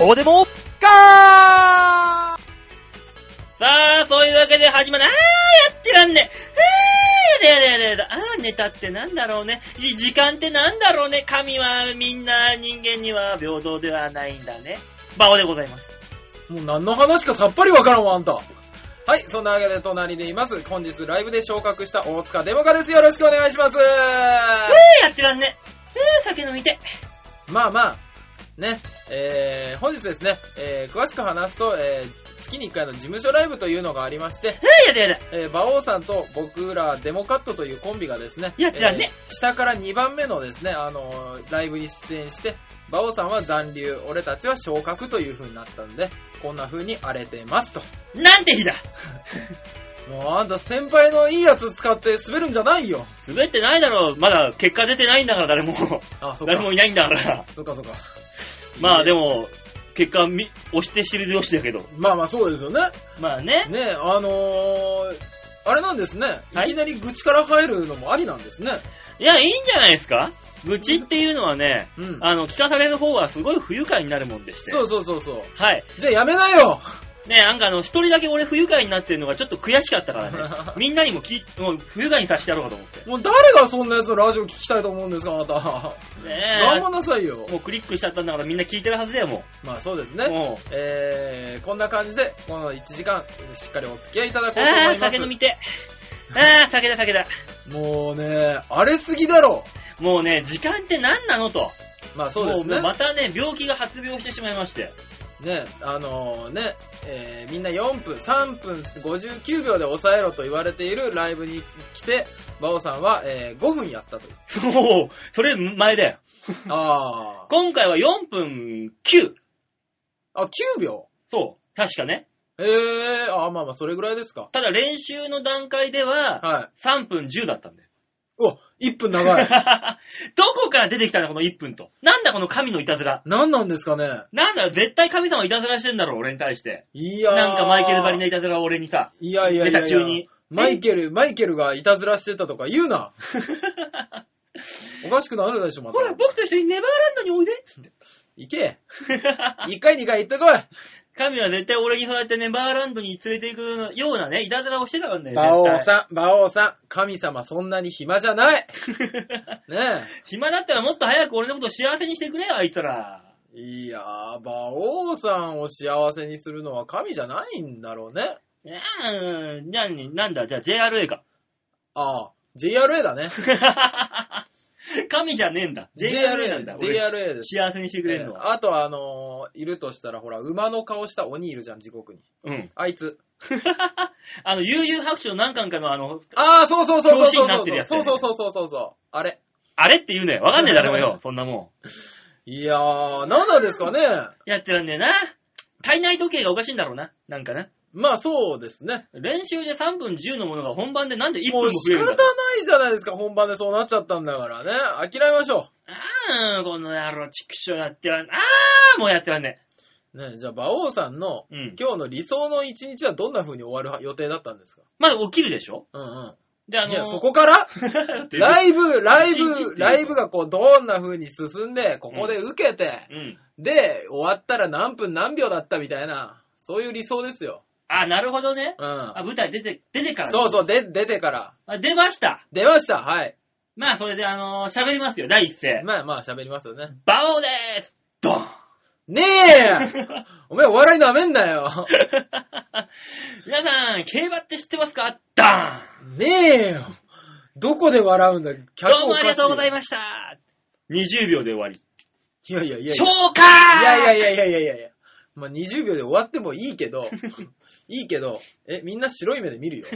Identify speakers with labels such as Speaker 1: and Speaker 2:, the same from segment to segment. Speaker 1: どうでも
Speaker 2: ガー
Speaker 3: さあ、そういうわけで始まる。あー、やってらんねえ。あー、やだやだやだやだ。あー、ネタってなんだろうね。い時間ってなんだろうね。神はみんな人間には平等ではないんだね。バオでございます。
Speaker 2: もう何の話かさっぱりわからんわ、あんた。はい、そんなわけで隣でいます。本日ライブで昇格した大塚デモカです。よろしくお願いします。
Speaker 3: あー、やってらんねえ。えー、酒飲みて。
Speaker 2: まあまあ、ね、えー、本日ですね、えー、詳しく話すと、えー、月に1回の事務所ライブというのがありまして、
Speaker 3: あー、やだやだ。
Speaker 2: えー、馬王さんと僕らデモカットというコンビがですね、
Speaker 3: やっちゃうね
Speaker 2: えー下から2番目のですね、あのーライブに出演して、馬王さんは残留、俺たちは昇格という風になったんで、こんな風に荒れてますと。
Speaker 3: なんて日だ。
Speaker 2: もうあんた先輩のいいやつ使って滑るんじゃないよ。
Speaker 3: 滑ってないだろう。まだ結果出てないんだから、誰も。
Speaker 2: あ、そっ
Speaker 3: 誰
Speaker 2: か
Speaker 3: も。いないんだから。
Speaker 2: そっかそっか。
Speaker 3: まあで
Speaker 2: も。
Speaker 3: も、結果み、押して知る上司だけど。
Speaker 2: まあまあそうですよね。
Speaker 3: まあね。
Speaker 2: ねえ、あのー、あれなんですね。
Speaker 3: はい
Speaker 2: いきなり愚痴から入るのもありなんですね。
Speaker 3: いや、いいんじゃないですか愚痴っていうのはね、
Speaker 2: うん。
Speaker 3: あの、聞かされる方はすごい不愉快になるもんでして。
Speaker 2: そうそうそうそう。
Speaker 3: はい。
Speaker 2: じゃあやめなよ
Speaker 3: ね、なんかあの、一人だけ俺不愉快になってるのがちょっと悔しかったから ね。みんなにもきもう不愉快にさせてやろうかと思って。
Speaker 2: もう誰がそんなやつのラジオ聞きたいと思うんですか、あなた。
Speaker 3: ね
Speaker 2: 頑張んなさいよ
Speaker 3: え。。もうクリックしちゃったんだからみんな聞いてるはずだよ、も
Speaker 2: まあそうです
Speaker 3: う。
Speaker 2: ね。
Speaker 3: もう。
Speaker 2: えー、こんな感じで、この1時間、しっかりお付き合いいただこうと思い
Speaker 3: あ
Speaker 2: ま
Speaker 3: あ、
Speaker 2: す。
Speaker 3: 酒飲みて。ああ、酒だ酒だ。
Speaker 2: もうね、荒れすぎだろ。
Speaker 3: もうね、時間って何なのと。
Speaker 2: まあそうです
Speaker 3: も
Speaker 2: ね
Speaker 3: う。またね、病気が発病してしまいまして。
Speaker 2: ね、あのね、えーみんな4分、3分59秒で抑えろと言われているライブに来て、バオさんは、えー5分やった という。
Speaker 3: そう、それ前だよ。
Speaker 2: あー。
Speaker 3: 今回は4分9。
Speaker 2: あ、9秒
Speaker 3: そう、確かね。
Speaker 2: えー、あー、まあまあ、それぐらいですか。
Speaker 3: ただ練習の段階では、
Speaker 2: はい。
Speaker 3: 3分10だったんだよ。
Speaker 2: うわ、1分長 い。
Speaker 3: どこから出てきたんだ、この1分と。なんだ、この神のいたずら。
Speaker 2: 何なんですかね
Speaker 3: なんだ、絶対神様いたずらしてんだろ、俺に対して。
Speaker 2: いやー。
Speaker 3: なんかマイケルバリのいたずらを俺にさ。
Speaker 2: いやいやいやい
Speaker 3: ネタ
Speaker 2: や。
Speaker 3: 中に
Speaker 2: マイケル、マイケルがいたずらしてたとか言 うな。おかしくなるでしょ、また
Speaker 3: ほ。ら、僕と一緒にネバーランドにおいで。
Speaker 2: 行け。1回2回行ってこい。
Speaker 3: 神は絶対俺にそうやってネバーランドに連れて行くようなね、いたずらをしてたからね。
Speaker 2: 馬王
Speaker 3: 絶対
Speaker 2: さん、馬王さん、神様そんなに暇じ ゃない。ね
Speaker 3: 暇だったらもっと早く俺のこと幸せにしてくれよ、あいつら。
Speaker 2: え。いやー、馬王さんを幸せにするのは神じゃないんだろうね。
Speaker 3: うーん、じゃあに、なんだ、じゃあ JRA か。
Speaker 2: ああ、JRA だね。
Speaker 3: 神じゃねえんだ。JRA なんだ。俺
Speaker 2: JRA です。
Speaker 3: 幸せにしてくれんの
Speaker 2: え
Speaker 3: は。
Speaker 2: ーあとはあのーいるとしたら、ほら、馬の顔した鬼いるじゃん、地獄に。
Speaker 3: うん。
Speaker 2: あいつ。
Speaker 3: あの、悠々白書の何巻かのあの、
Speaker 2: ああ、そうそうそうそう
Speaker 3: 表紙
Speaker 2: そう
Speaker 3: にな
Speaker 2: そ
Speaker 3: っ
Speaker 2: う
Speaker 3: てるやつだ
Speaker 2: そ
Speaker 3: よ
Speaker 2: う
Speaker 3: ね
Speaker 2: そうそうそうそうあれ。
Speaker 3: あれって言うね。わかんねえ誰もよ、そんなも
Speaker 2: いやー、なんなんですかね。
Speaker 3: ん。やってらんねえな。体内時計がおかしいんだろうな。なんかな。
Speaker 2: まあそうですね。
Speaker 3: 練習で3分10のものが本番でなんで1
Speaker 2: も
Speaker 3: 分も
Speaker 2: う
Speaker 3: 増
Speaker 2: 仕
Speaker 3: え
Speaker 2: 方
Speaker 3: る
Speaker 2: なん
Speaker 3: だ
Speaker 2: いじゃないですか、本番でそうなっちゃったんだからね。諦めましょ
Speaker 3: あーこの野郎、畜生やってらん、あーもうやってらんね
Speaker 2: う。ね、じゃあ、馬王さんの
Speaker 3: え。うん。
Speaker 2: 今日の理想の一日はどんな風に終わる予定だったんですか
Speaker 3: まだ起きるでしょ
Speaker 2: うんうん。
Speaker 3: で、あのー、
Speaker 2: いや、そ こから
Speaker 3: ラ
Speaker 2: ラ イブ、ライ
Speaker 3: 一日っていう
Speaker 2: ブ、
Speaker 3: か
Speaker 2: ライブがこう、どんな風に進んで、ここで受けて、
Speaker 3: うん。
Speaker 2: で、終わったら何分何秒だったみたいな、そういう理想ですよ。
Speaker 3: あ、なるほどね。
Speaker 2: うん。
Speaker 3: あ、舞台出て、出てから。
Speaker 2: そうそう、で、出てから。
Speaker 3: あ出ました。
Speaker 2: 出ました、はい。
Speaker 3: まあ、それで、あのー喋りますよ、第一声。
Speaker 2: まあまあ、喋りますよね。
Speaker 3: バオでーすドン
Speaker 2: ねえ お前お笑いなめんなよ
Speaker 3: 皆さん、競馬って知ってますかダ
Speaker 2: ねえよどこで笑うんだ
Speaker 3: ーン
Speaker 2: 客
Speaker 3: どうもありがとうござい
Speaker 2: ま
Speaker 3: ました20秒で終わり。
Speaker 2: す。いやいやいやい
Speaker 3: 消
Speaker 2: や。
Speaker 3: 化
Speaker 2: いやい
Speaker 3: や。
Speaker 2: やいやいやいやいや。まあ、20秒で終わってもいいけど、 いいけど、え、みんな白い目で見る よ。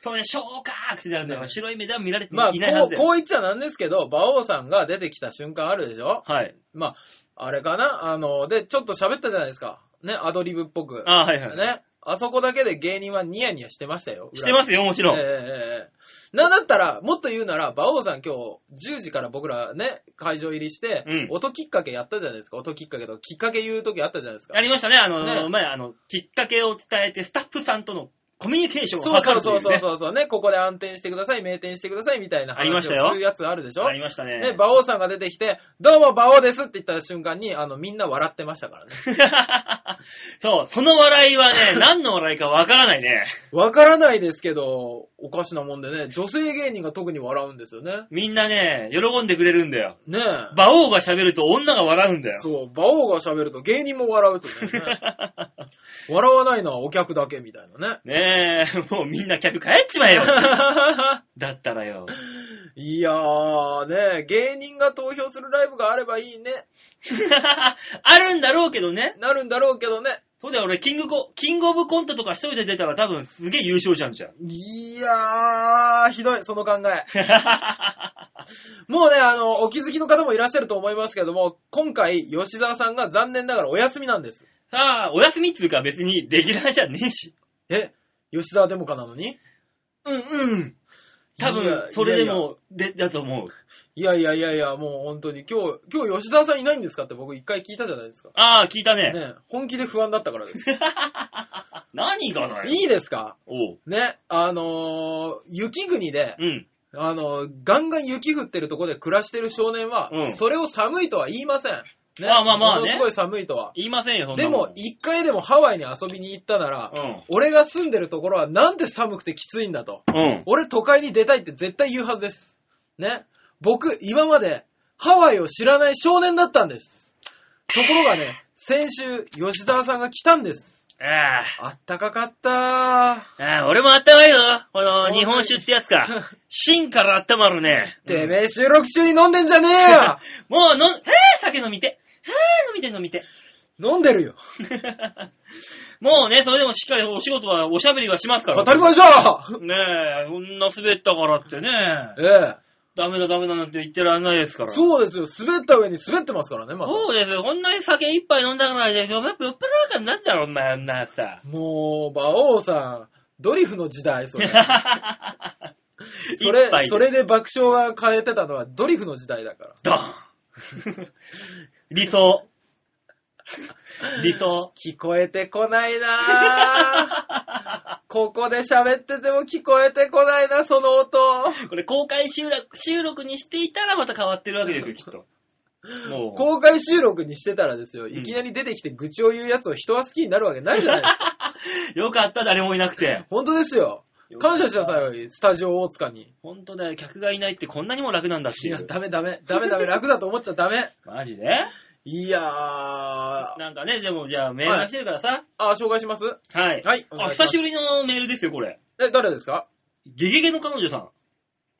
Speaker 3: それで消化ってなるんだよ。
Speaker 2: ね
Speaker 3: 白い目では見られて
Speaker 2: まあ、こ
Speaker 3: いないはず
Speaker 2: う、
Speaker 3: だ
Speaker 2: こ
Speaker 3: よ。
Speaker 2: う言っちゃなんですけど、馬王さんが出てきた瞬間あるでしょ
Speaker 3: はい。
Speaker 2: まあ、あれかなあの、で、ちょっと喋ったじゃないですか。ね、アドリブっぽく。
Speaker 3: あはいはい。
Speaker 2: ね。あそこだけで芸人はニヤニヤしてましたよ。
Speaker 3: してますすよ、もちろん。
Speaker 2: ええええなんだったら、もっと言うなら、馬王さん今日10時から僕らね、会場入りして、
Speaker 3: うん
Speaker 2: 音きっかけやったじゃないですか。音きっかけと、きっかけ言う時あったじゃないですか
Speaker 3: や。りましたね、あの、
Speaker 2: ね
Speaker 3: 前、あの、きっかけを伝えて、スタッフさんとのコミュニケーション
Speaker 2: そ
Speaker 3: を
Speaker 2: う
Speaker 3: 図
Speaker 2: そう
Speaker 3: るという、
Speaker 2: そ
Speaker 3: ね。
Speaker 2: うそうそうそうね。ここで暗転してください、明転してください、みたいな
Speaker 3: あり
Speaker 2: 話
Speaker 3: ま
Speaker 2: を
Speaker 3: し
Speaker 2: す
Speaker 3: たよ
Speaker 2: るやつあるでしょ
Speaker 3: ありましたね。
Speaker 2: ね、馬王さんが出てきて、どうも馬王ですって言った瞬間に、あの、みんな笑ってましたからね。
Speaker 3: そう、その笑いは ね、何の笑いかわからないね。
Speaker 2: わからないですけど、おかしなもんでね、女性芸人が特に笑うんですよね。
Speaker 3: みんなね、喜んでくれるんだよ。
Speaker 2: ねえ。
Speaker 3: 馬王が喋ると女が笑うんだよ。
Speaker 2: そう、馬王が喋ると芸人も笑うというね。笑わないのはお客だけみたいなね。
Speaker 3: ねえ、もうみんな客帰っちまえよ。だったらよ。
Speaker 2: いやー、ね芸人が投票するライブがあればいいね。
Speaker 3: あるんだろうけどね。
Speaker 2: なるんだろうけどね。
Speaker 3: そうだよ、俺、キングコ、キングオブコントとか一人で出たら多分すげえ優勝じゃんじゃん。
Speaker 2: いやー、ひどい、その考え。もうね、あの、お気づきの方もいらっしゃると思いますけども、今回、吉沢さんが残念ながらお休みなんです。
Speaker 3: さあ、お休みっつうか別にレギュラーじゃねえし。
Speaker 2: え吉沢デモカなのに
Speaker 3: うんうん。多
Speaker 2: いや
Speaker 3: 分、それでも、で、だと思う。
Speaker 2: いやいやいやいや、もう本当に、今日、今日吉沢さんいないんですかって僕一回聞いたじゃないですか。
Speaker 3: ああ、聞いたね。
Speaker 2: ね、本気で不安だったからです。
Speaker 3: 何がだよ。
Speaker 2: いいですか
Speaker 3: おう。
Speaker 2: ね、あのー雪国で、
Speaker 3: うん。
Speaker 2: あのーガンガン雪降ってるとこで暮らしてる少年は、
Speaker 3: うん
Speaker 2: それを寒いとは言いません。ね、
Speaker 3: まあまあまあね
Speaker 2: ものすごい寒いとは。
Speaker 3: 言いませんよ、そん
Speaker 2: で
Speaker 3: なも
Speaker 2: も
Speaker 3: ん、
Speaker 2: 一回でもハワイに遊びに行ったなら、
Speaker 3: うん。
Speaker 2: 俺が住んでるところはなんで寒くてきついんだと。
Speaker 3: うん。
Speaker 2: 俺都会に出たいって絶対言うはずです。ね。僕、今までハワイを知らない少年だったんです。ところがね、先週、吉沢さんが来たんです。
Speaker 3: あ
Speaker 2: あったかかったー。
Speaker 3: あ、ああ、俺もあったまいよ。この、日本酒ってやつ か。芯から温まるね。
Speaker 2: て
Speaker 3: え。
Speaker 2: めえ収録中に飲んでんじゃねえよ
Speaker 3: もう、の、はあ、酒飲みて。はあ、飲みて飲みて。
Speaker 2: 飲んでるよ。
Speaker 3: もうね、それでもしっかりお仕事は、おしゃべりはしますから。
Speaker 2: 当たり前じゃ ん
Speaker 3: ねえ、こんな滑ったからってね、
Speaker 2: ええ。
Speaker 3: ダメだダメだなんて言ってられないですから。う
Speaker 2: そうですよ。滑った上に滑ってますからね、また。
Speaker 3: そうですよ。こんなに酒一杯飲んだからですよ。ぶっ払うからなんだろ、お前、あんなさ。
Speaker 2: もう、馬王さん、ドリフの時 代、それ。そ
Speaker 3: 一
Speaker 2: れ、
Speaker 3: 杯
Speaker 2: そ
Speaker 3: で
Speaker 2: れで爆笑が変えてたのはドリフの時代だから。
Speaker 3: ドーン 理想。理想。
Speaker 2: 聞こえてこないな ぁここで喋ってても聞こえてこないな、その音。
Speaker 3: これ公開収録収録にしていたらまた変わってるわけですよ、きっと。もう。
Speaker 2: 公開収録にしてたらですよ、
Speaker 3: ん
Speaker 2: いきなり出てきて愚痴を言うやつを人は好きになるわけないじゃな いですか。
Speaker 3: よかった、誰もいなくて。
Speaker 2: 本当ですよ。 感謝しなさい
Speaker 3: い。
Speaker 2: よ、スタジオ大塚に。
Speaker 3: 本当だよ、客がいないってこんなにも楽なんだって
Speaker 2: い
Speaker 3: い
Speaker 2: や、
Speaker 3: う。
Speaker 2: ダメダメ、ダメダメ、楽だと思っちゃダメ。
Speaker 3: マジで
Speaker 2: いやー、あ、
Speaker 3: なんかね、でもじゃあメールが来てるからさ。
Speaker 2: 紹介しますは
Speaker 3: はい。
Speaker 2: い、お願
Speaker 3: あ、
Speaker 2: いしま
Speaker 3: 久
Speaker 2: す
Speaker 3: しぶりのメールですよ、これ。
Speaker 2: え、誰ですか
Speaker 3: ゲゲゲの彼女さん。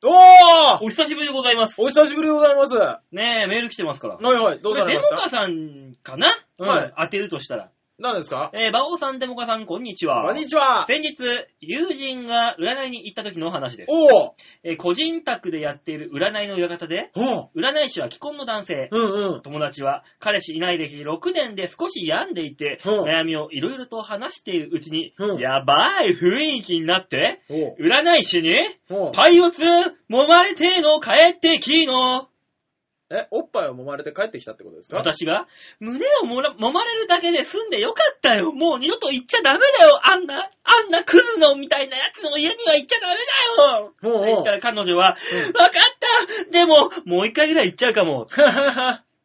Speaker 2: おー
Speaker 3: お久しぶりでございます。
Speaker 2: お久しぶりでございます。は
Speaker 3: ねえ、メール来てますから。
Speaker 2: いはい、どう
Speaker 3: こ
Speaker 2: さ
Speaker 3: れ
Speaker 2: れ
Speaker 3: デモ
Speaker 2: ました
Speaker 3: カさんかな、
Speaker 2: うん
Speaker 3: まあ当てるとしたら。
Speaker 2: 何ですか
Speaker 3: えー、馬王さん、デモカさん、こんにちは。
Speaker 2: こんにちは
Speaker 3: 先日、友人が占いに行った時のお話です。
Speaker 2: おー
Speaker 3: えー個人宅でやっている占いの親方で、
Speaker 2: おう
Speaker 3: 占い師は既婚の男性。
Speaker 2: うんうん。
Speaker 3: 友達は彼氏いない歴6年で少し病んでいて、
Speaker 2: うん
Speaker 3: 悩みをいろいろと話しているうちに、
Speaker 2: うん
Speaker 3: やばい雰囲気になって、
Speaker 2: おう
Speaker 3: 占い師に、
Speaker 2: おう
Speaker 3: パイオツ揉まれてーの帰ってきーの
Speaker 2: え、おっぱいを揉まれて帰ってきたってことですか
Speaker 3: 私が、胸をもら揉まれるだけで済んでよかったよもう二度と行っちゃダメだよあんな、あんなクズのみたいなやつの家には行っちゃダメだよ
Speaker 2: ほうほう
Speaker 3: って言ったら彼女は、
Speaker 2: う
Speaker 3: 分かったでも、もう一回ぐらい行っちゃうかも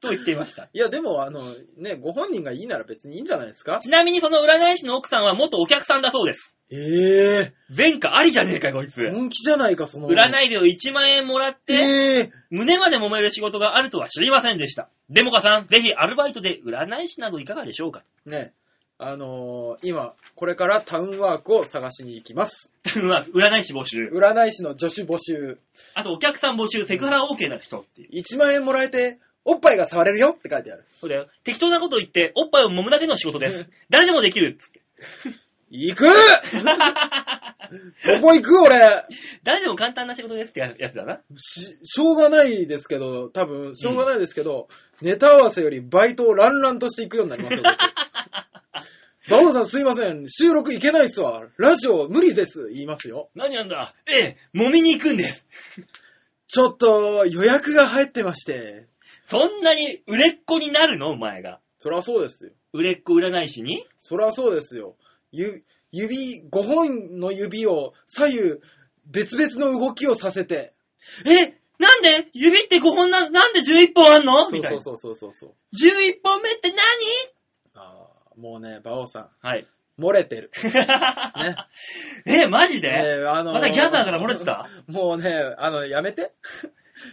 Speaker 3: と言っていました。
Speaker 2: いや、でも、あの、ね、ご本人がいいなら別にいいんじゃないですか
Speaker 3: ちなみにその占い師の奥さんは元お客さんだそうです。
Speaker 2: ええ
Speaker 3: 前科ありじゃねえかよ、こいつ。
Speaker 2: 本気じゃないか、その。
Speaker 3: 占い料1万円もらって、
Speaker 2: ええ
Speaker 3: 胸まで揉める仕事があるとは知りませんでした。デモカさん、ぜひアルバイトで占い師などいかがでしょうか
Speaker 2: ね、あのー今、これからタウンワークを探しに行きます。
Speaker 3: まあ占い師募集。
Speaker 2: 占い師の助手募集。
Speaker 3: あとお客さん募集、セクハラ OK な人っていう。
Speaker 2: 1万円もらえて、おっぱいが触れるよって書いてある。
Speaker 3: そうだよ。適当なこと言って、おっぱいを揉むだけの仕事です。誰でもできるっつって。
Speaker 2: 行くそこ行く俺
Speaker 3: 誰でも簡単な仕事ですってやつだな。
Speaker 2: し、しょうがないですけど、多分、しょうがないですけど、ネタ合わせよりバイトをランランとしていくようになりますよ。僕 馬王さんすいません、収録行けないっすわ。ラジオ無理です、言いますよ。
Speaker 3: 何なんだええ、揉みに行くんです。
Speaker 2: ちょっと、予約が入ってまして。
Speaker 3: そんなに売れっ子になるのお前が。
Speaker 2: そりゃそうですよ。
Speaker 3: 売れっ子占い師に
Speaker 2: そりゃそうですよ。ゆ、指、5本の指を左右、別々の動きをさせて、
Speaker 3: え、なんで指って5本な、なんで11本あんの
Speaker 2: そ
Speaker 3: み
Speaker 2: う
Speaker 3: たい
Speaker 2: そ
Speaker 3: な
Speaker 2: う。そうそうそうそう。
Speaker 3: 11本目って
Speaker 2: あーもうね、馬王さ
Speaker 3: 何はい。
Speaker 2: ん、漏れてる。
Speaker 3: ね、 え、マジで、
Speaker 2: ねあの
Speaker 3: またギャザーから漏れてた
Speaker 2: もうね、あの、やめて。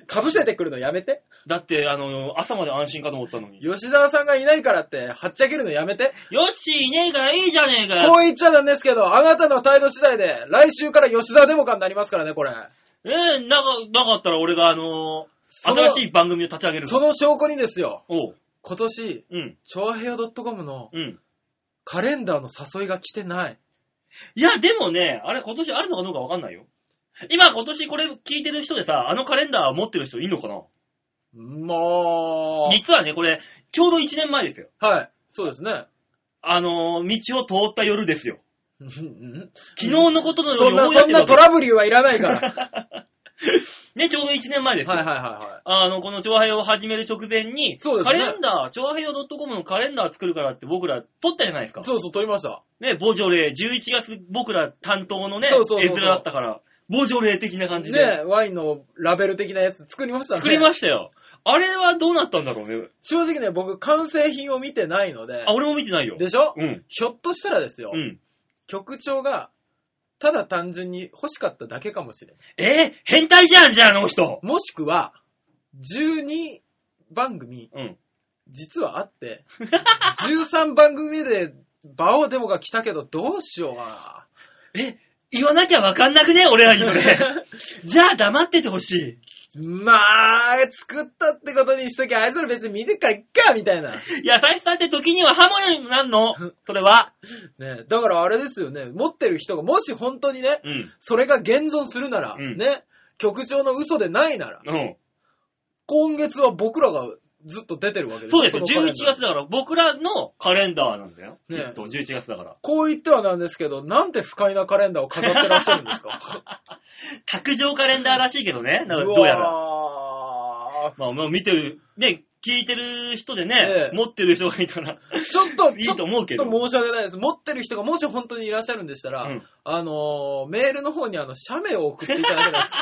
Speaker 2: かぶせてくるのやめて。
Speaker 3: だって、あの、朝まで安心かと思ったのに。よ
Speaker 2: 吉沢さんがいないからって、はっちゃけるのやめて。
Speaker 3: っし、いねえからいいじゃねえか
Speaker 2: こう
Speaker 3: よ。
Speaker 2: 言っちゃなんですけど、あなたの態度次第で、来週から吉沢デモカになりますからね、これ。
Speaker 3: うん、なか、なかったら俺が、あの
Speaker 2: その
Speaker 3: 新しい番組を立ち上げる
Speaker 2: そ
Speaker 3: ぞ。
Speaker 2: の証拠にですよ、
Speaker 3: おう。
Speaker 2: 今年、
Speaker 3: うん、
Speaker 2: 超平洋 .com の
Speaker 3: うん。
Speaker 2: カレンダーの誘いが来てない。
Speaker 3: いや、でもね、あれ今年あるのかどうかわかんないよ。今、今年これ聞いてる人でさ、あのカレンダー持ってる人いんのかな
Speaker 2: もう、
Speaker 3: 実はね、これ、ちょうど1年前ですよ。
Speaker 2: はい、そうですね。
Speaker 3: あのー道を通った夜ですよ。
Speaker 2: うんうん
Speaker 3: 昨日のことのよ
Speaker 2: そ
Speaker 3: うんに
Speaker 2: な、
Speaker 3: 思い出
Speaker 2: そ
Speaker 3: し
Speaker 2: ん
Speaker 3: てた
Speaker 2: なトラブルはい らないから。
Speaker 3: ね、ちょうど1年前ですよ。
Speaker 2: はいはいはいは
Speaker 3: あの、この調和平を始める直前に、
Speaker 2: そうです
Speaker 3: カ
Speaker 2: ね
Speaker 3: レンダー、調和平洋 .com のカレンダー作るからって僕ら撮ったじゃないですか
Speaker 2: い。。そうそう、撮りました。
Speaker 3: ね、ボジョレー、11月僕ら担当のね、
Speaker 2: そうそうそうそう
Speaker 3: 絵面だったから、ボジョレー的な感じで、
Speaker 2: ね、ワインのラベル的なやつ作りましたね。
Speaker 3: 作りましたよ。あれはどうなったんだろうね。
Speaker 2: 正直ね、僕、完成品を見てないので
Speaker 3: あ、、俺も見てないよ。
Speaker 2: でしょ
Speaker 3: うん。
Speaker 2: ひょっとしたらですよ、
Speaker 3: うん。
Speaker 2: 局長が、ただ単純に欲しかっただけかもしれない。
Speaker 3: えー変態じゃん、じゃあ、あの人。
Speaker 2: もしくは、12番組、
Speaker 3: うん。
Speaker 2: 実はあ って、13番組で、バオデモが来たけど、どうしようか
Speaker 3: 言わなきゃわかんなくね俺らにも ね。じゃあ、黙っててほしい。
Speaker 2: な。まあ、作ったってことにしときゃ、あいつら別に見てっからいっか、みたいな。
Speaker 3: 優しさって時には刃物になるの。それは。
Speaker 2: ね、だからあれですよね、持ってる人が、もし本当にね、
Speaker 3: うん。
Speaker 2: それが現存するなら、
Speaker 3: うん
Speaker 2: ね、局長の嘘でないなら、
Speaker 3: うん。
Speaker 2: 今月は僕らがずっと出てるわけです
Speaker 3: そうですよ。
Speaker 2: のカレ
Speaker 3: 11
Speaker 2: ンダー
Speaker 3: 月だから、僕らのカレンダーなんだよ。
Speaker 2: ね
Speaker 3: きっと、11月だから。
Speaker 2: こう言ってはなんですけど、なんて不快なカレンダーを飾ってらっしゃるんですか
Speaker 3: 卓上カレンダーらしいけどね。 なんかどうやら。
Speaker 2: わ
Speaker 3: まあ、まあ、見てる、ね、聞いてる人でね
Speaker 2: え、え
Speaker 3: 持ってる人がいたら、
Speaker 2: ーちょっと、
Speaker 3: いい
Speaker 2: ちょっ
Speaker 3: と
Speaker 2: と
Speaker 3: 思うけど。
Speaker 2: 申し訳ないです。持ってる人がもし本当にいらっしゃるんでしたら、
Speaker 3: うん
Speaker 2: あのーメールの方にあの、写メを送っていただ けますか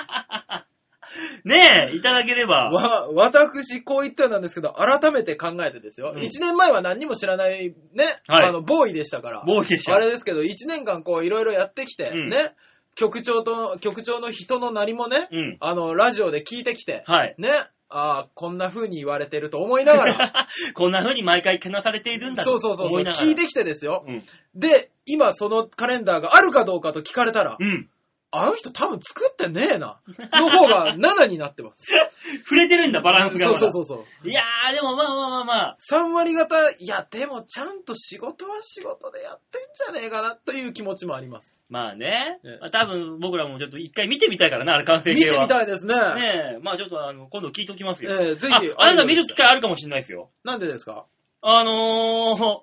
Speaker 3: ねえ、いただければ。
Speaker 2: わ、私、こう言ってはなんですけど、改めて考えてですよ。
Speaker 3: うん
Speaker 2: 一1年前は何にも知らない、ね、
Speaker 3: はい
Speaker 2: あの、ボーイでしたから。
Speaker 3: ボーイでしょ
Speaker 2: あれですけど、1年間こう、いろいろやってきて、
Speaker 3: うん
Speaker 2: ね、局長と、局長の人の何もね、
Speaker 3: うん。
Speaker 2: あの、ラジオで聞いてきて、
Speaker 3: はい。
Speaker 2: ね、ああ、こんな風に言われてると思いながら、
Speaker 3: こんな風に毎回け なされているんだと
Speaker 2: そうそうそうそ
Speaker 3: 思
Speaker 2: う、
Speaker 3: いながら。
Speaker 2: 聞いてきてですよ。
Speaker 3: うん。
Speaker 2: で、今そのカレンダーがあるかどうかと聞かれたら、
Speaker 3: うん。
Speaker 2: あの人多分作ってねえな、の方が7になってます。
Speaker 3: 触れてるんだ、バランスが。
Speaker 2: そうそう
Speaker 3: う。
Speaker 2: そうそう。
Speaker 3: いやー、でもまあまあまあまあ。
Speaker 2: 3割方、いや、でもちゃんと仕事は仕事でやってんじゃねえかなという気持ちもあります。
Speaker 3: まあね
Speaker 2: ええ。
Speaker 3: まあ多分僕らもちょっと一回見てみたいからな、あれ完成
Speaker 2: 見
Speaker 3: 形
Speaker 2: て
Speaker 3: は。
Speaker 2: みたいですね。
Speaker 3: ねえ、まあちょっとあの、今度聞いときますよ。
Speaker 2: ええぜひ
Speaker 3: あ、あなた見る機会あるかもしれないですよ。
Speaker 2: なんでですか
Speaker 3: あのー、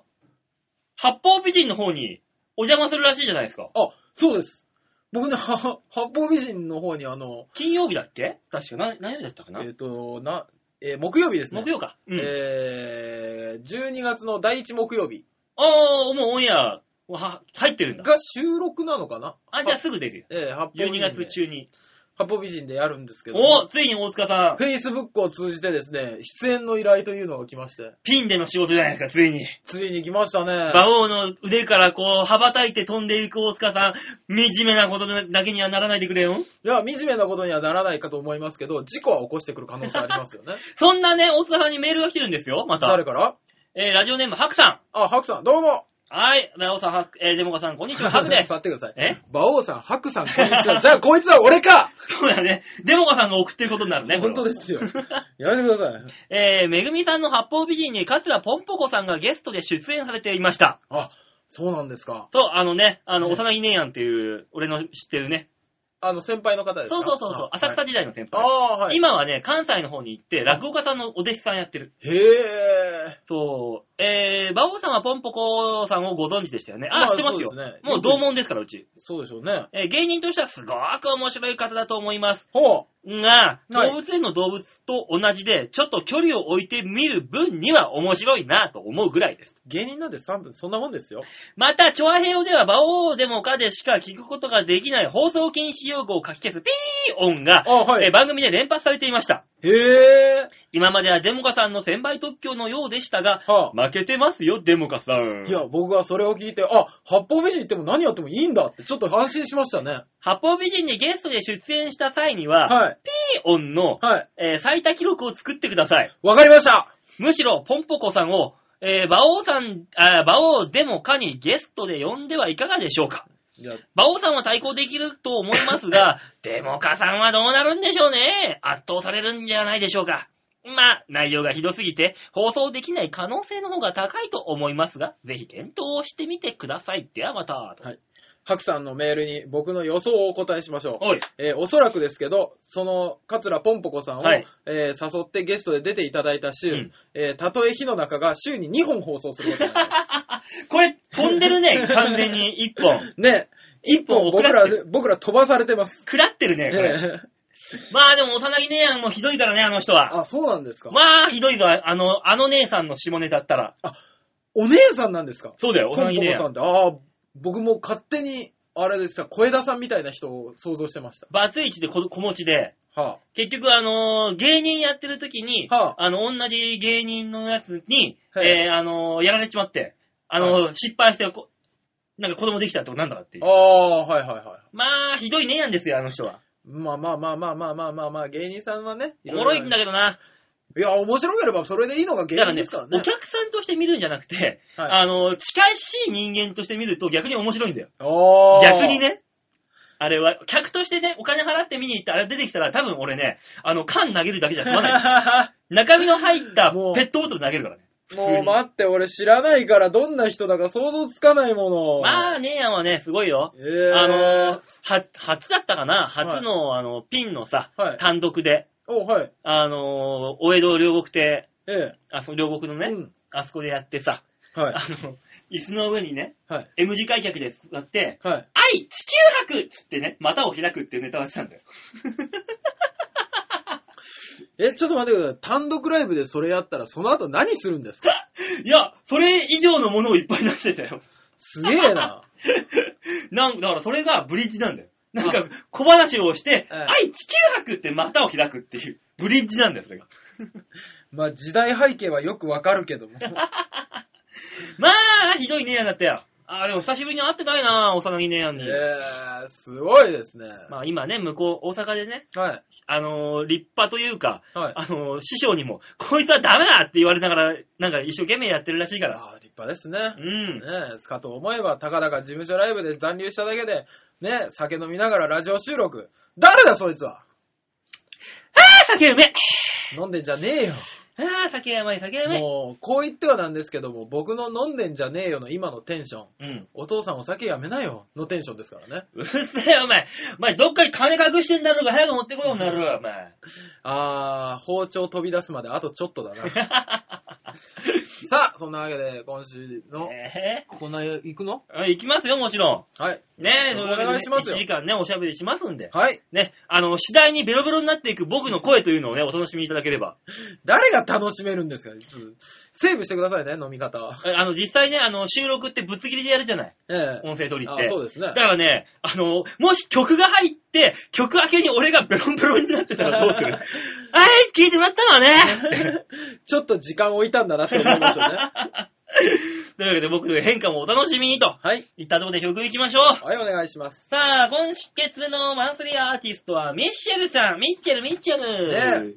Speaker 3: 八方美人の方にお邪魔するらしいじゃないですか。
Speaker 2: あ、そうです。僕ね、はは 八方美人の方にあの、
Speaker 3: 金曜日だっけ確か、な何曜日だったかな、
Speaker 2: えっ、と、な、えー木曜日ですね。
Speaker 3: 木曜か。うん。
Speaker 2: えー、12月の第1木曜日
Speaker 3: ああ、もうオンエア、は、入ってるんだ。
Speaker 2: が収録なのかな
Speaker 3: あ、じゃあすぐ出るよ。
Speaker 2: えー、八方美
Speaker 3: 12
Speaker 2: 人
Speaker 3: 月
Speaker 2: で。
Speaker 3: 中に。
Speaker 2: 八方美人でやるんですけど、
Speaker 3: おついに大塚さん、
Speaker 2: Facebook を通じてですね、出演の依頼というのが来まして、
Speaker 3: ピンでの仕事じゃないですか、ついに。
Speaker 2: ついに来ましたね。
Speaker 3: 馬王の腕からこう、羽ばたいて飛んでいく大塚さん、惨めなことだけにはならないでくれよ。
Speaker 2: いや、惨めなことにはならないかと思いますけど、事故は起こしてくる可能性ありますよ ね。
Speaker 3: そんなね、大塚さんにメールが来てるんですよ、また
Speaker 2: 誰。から
Speaker 3: えー、ラジオネーム、ハクさ
Speaker 2: あ、ハクさん、どうも
Speaker 3: ん。はい、馬王さん、ハク、えー、デモカさん、こんにちは、ハク です。
Speaker 2: 座ってください。
Speaker 3: え
Speaker 2: 馬王さん、ハクさん、こんにちは。じゃあ、こいつは俺か
Speaker 3: そうだね。デモカさんが送ってることになるね。これ
Speaker 2: 本
Speaker 3: は
Speaker 2: 当ですよ。やめてください。
Speaker 3: えー、めぐみさんの八方美人に、桂ぽんぽこさんがゲストで出演されていました。
Speaker 2: あ、そうなんですか。
Speaker 3: そう、あのね、あの、
Speaker 2: ね
Speaker 3: 幼いねえやんっていう、俺の知ってるね。
Speaker 2: あの、先輩の方ですか
Speaker 3: そうそうそうそう、浅草時代の先
Speaker 2: あ
Speaker 3: 輩。
Speaker 2: はいあー、はい。
Speaker 3: 今はね、関西の方に行って、落語家さんのお弟子さんやってる。
Speaker 2: へえ。
Speaker 3: そう、えー、馬王さんはポンポコさんをご存知でしたよね。あ、
Speaker 2: まあ
Speaker 3: 知ってますよ。
Speaker 2: そうですね
Speaker 3: もう同門ですから、うち。
Speaker 2: そうでしょうね。
Speaker 3: えー芸人としてはすごく面白い方だと思います。
Speaker 2: ほ
Speaker 3: が、
Speaker 2: はい
Speaker 3: 動物園の動物と同じで、ちょっと距離を置いて見る分には面白いなと思うぐらいです。
Speaker 2: う。芸人なんて3分、そんなもんですよ。
Speaker 3: また、チョアヘヨでは、馬王でもかでしか聞くことができない放送禁止用語を書き消すピー音が、
Speaker 2: あ、は
Speaker 3: えー
Speaker 2: い。
Speaker 3: 番組で連発されていました。
Speaker 2: へえ。
Speaker 3: 今まではデモカさんの1000倍特許のようでしたが、
Speaker 2: は
Speaker 3: 負けてますよ、デモカさん。
Speaker 2: あ。いや、僕はそれを聞いて、あ、八方美人行っても何やってもいいんだって、ちょっと安心しましたね。
Speaker 3: 八方美人にゲストで出演した際には、
Speaker 2: はい。
Speaker 3: ピー音の、
Speaker 2: はい。
Speaker 3: えー最多記録を作ってください。
Speaker 2: わかりました
Speaker 3: むしろ、ポンポコさんを、えー、馬王さん、あー馬王でもかにゲストで呼んではいかがでしょうか
Speaker 2: いや、
Speaker 3: 馬王さんは対抗できると思いますが、デモカさんはどうなるんでしょうね圧倒されるんじゃないでしょうかまあ、内容がひどすぎて、放送できない可能性の方が高いと思いますが、ぜひ検討してみてください。ではまた。と
Speaker 2: 白さんのメールに僕の予想をお答えしましょう。
Speaker 3: おい。
Speaker 2: えーおそらくですけど、その、桂ぽんぽこさんを、
Speaker 3: はい
Speaker 2: えー誘ってゲストで出ていただいた週、
Speaker 3: うん
Speaker 2: えーたとえ火の中が週に2本放送することになりま
Speaker 3: これ、飛んでる ね。完全に一本。
Speaker 2: す。ね、1本僕ら
Speaker 3: 送られ、
Speaker 2: 僕ら飛ばされてます。
Speaker 3: 食らってるね、これ。
Speaker 2: ね
Speaker 3: まあでも、幼い姉やんもひどいからね、あの人は。
Speaker 2: あ、そうなんですか。
Speaker 3: まあ、ひどいぞ。あの、あの姉さんの下ネタったら。
Speaker 2: お姉さんなんですか
Speaker 3: そうだよ、
Speaker 2: ぽんぽ
Speaker 3: 幼い姉
Speaker 2: こ
Speaker 3: や
Speaker 2: さん
Speaker 3: ん。
Speaker 2: って、ああ、僕も勝手に、あれですか、小枝さんみたいな人を想像してまし
Speaker 3: バツイチでこ子持ちで。
Speaker 2: た。は
Speaker 3: 結局、あのー芸人やってる時に、
Speaker 2: は
Speaker 3: あの、同じ芸人のやつに、
Speaker 2: はい
Speaker 3: えーあのーやられちまって、あのー失敗してこ、なんか子供できたってことなんだかってい
Speaker 2: あ、
Speaker 3: う
Speaker 2: あ。あ、はいはいはい。
Speaker 3: まあ、ひどいねやんですよ、あの人は。
Speaker 2: まあまあまあまあまあまあまあまあ、芸人さんはね。
Speaker 3: おもろいんだ
Speaker 2: い
Speaker 3: けどな。
Speaker 2: や、面白ければそれでいいのが芸
Speaker 3: だから
Speaker 2: 人
Speaker 3: ね
Speaker 2: ですからね。
Speaker 3: お客さんとして見るんじゃなくて、
Speaker 2: はい
Speaker 3: あのー近しい人間として見ると逆に面白いんだよ。
Speaker 2: あー
Speaker 3: 逆に。ね、あれは、客としてね、お金払って見に行って、あれ出てきたら、多分俺ね、あの、缶投げるだけじゃ済ま ない。中身の入った
Speaker 2: もう
Speaker 3: ペットボトル投げるからね。普通
Speaker 2: もう
Speaker 3: に
Speaker 2: 待って、俺知らないからどんな人だか想像つかないもの。
Speaker 3: まあ、姉やんはね、すごいよ。
Speaker 2: えー、
Speaker 3: あのー、は、初だったかな初の、あの、ピンのさ、
Speaker 2: はい
Speaker 3: 単独で、
Speaker 2: お、はい。
Speaker 3: あのー、お江戸両国亭、
Speaker 2: え
Speaker 3: あそ両国の
Speaker 2: え
Speaker 3: ね、
Speaker 2: うん。
Speaker 3: あそこでやってさ、
Speaker 2: はい。
Speaker 3: あの、椅子の上にね、
Speaker 2: はい。
Speaker 3: M 字開脚で座って、
Speaker 2: はい。
Speaker 3: 愛、地球博っつってね、股を開くっていうネタをしたんだよ。
Speaker 2: え、ちょっと待ってください。単独ライブでそれやったら、その後何するんですか
Speaker 3: いや、それ以上のものをいっぱい出してたよ。
Speaker 2: すげえ な。
Speaker 3: なんだからそれがブリッジなんだよ。なんか小話をして、
Speaker 2: うん
Speaker 3: はい、地球博って股を開くっていう、ブリッジなんだよ、それが。
Speaker 2: まあ、時代背景はよくわかる けども。
Speaker 3: まあ、ひどい姉やんだったよ。ああ、でも久しぶりに会ってないな、幼い姉やん
Speaker 2: え
Speaker 3: に。
Speaker 2: ー、すごいですね。
Speaker 3: まあ今ね、向こう、大阪でね、
Speaker 2: はい。
Speaker 3: あのー立派というか、
Speaker 2: はい。
Speaker 3: あのー師匠にも、こいつはダメだって言われながら、なんか一生懸命やってるらしいから。
Speaker 2: あー立派ですね。
Speaker 3: うん。
Speaker 2: ねえ、かと思えば、たかだか事務所ライブで残留しただけで、ねえ、酒飲みながらラジオ収録。誰だそいつは
Speaker 3: ああ、酒うめえ
Speaker 2: 飲んでんじゃねえよ。
Speaker 3: ああ、酒うまい、酒うめえ
Speaker 2: もう、こう言ってはなんですけども、僕の飲んでんじゃねえよの今のテンション。
Speaker 3: うん。
Speaker 2: お父さんお酒やめなよのテンションですからね。
Speaker 3: うるせえよ、お前。お前、どっかに金隠してんだろうが、早く持ってこようになるわ、お前。
Speaker 2: あー、包丁飛び出すまであとちょっとだ な。さあ、そんなわけで、今週 の、
Speaker 3: え
Speaker 2: こんな行くの
Speaker 3: え行きますよ、もちろ
Speaker 2: はい。
Speaker 3: ん。ねえ、
Speaker 2: お願いしますよ
Speaker 3: 1時間ね、おしゃべりしますんで。
Speaker 2: はい。
Speaker 3: ね、あの、次第にベロベロになっていく僕の声というのをね、お楽しみいただければ。
Speaker 2: 誰が楽しめるんですかちょっと、セーブしてくださいね、飲み方は。
Speaker 3: えあの、実際ね、あの、収録ってぶつ切りでやるじゃない
Speaker 2: ええ
Speaker 3: 音声取りっ
Speaker 2: あ、
Speaker 3: て。
Speaker 2: そうですね
Speaker 3: だ。からね、あの、もし曲が入って、曲明けに俺がベロンベロンになってたらどうす るあれ聞いてもらったのね
Speaker 2: ちょっと時間置いたんだなって思いますよね。
Speaker 3: というわけで僕の変化もお楽しみにと。
Speaker 2: はい。
Speaker 3: いったところで曲行きましょう。
Speaker 2: はい、お願いします。
Speaker 3: さあ、今月のマンスリーアーティストはミッシェルさん。ミッチェル、ミッチェル。
Speaker 2: ね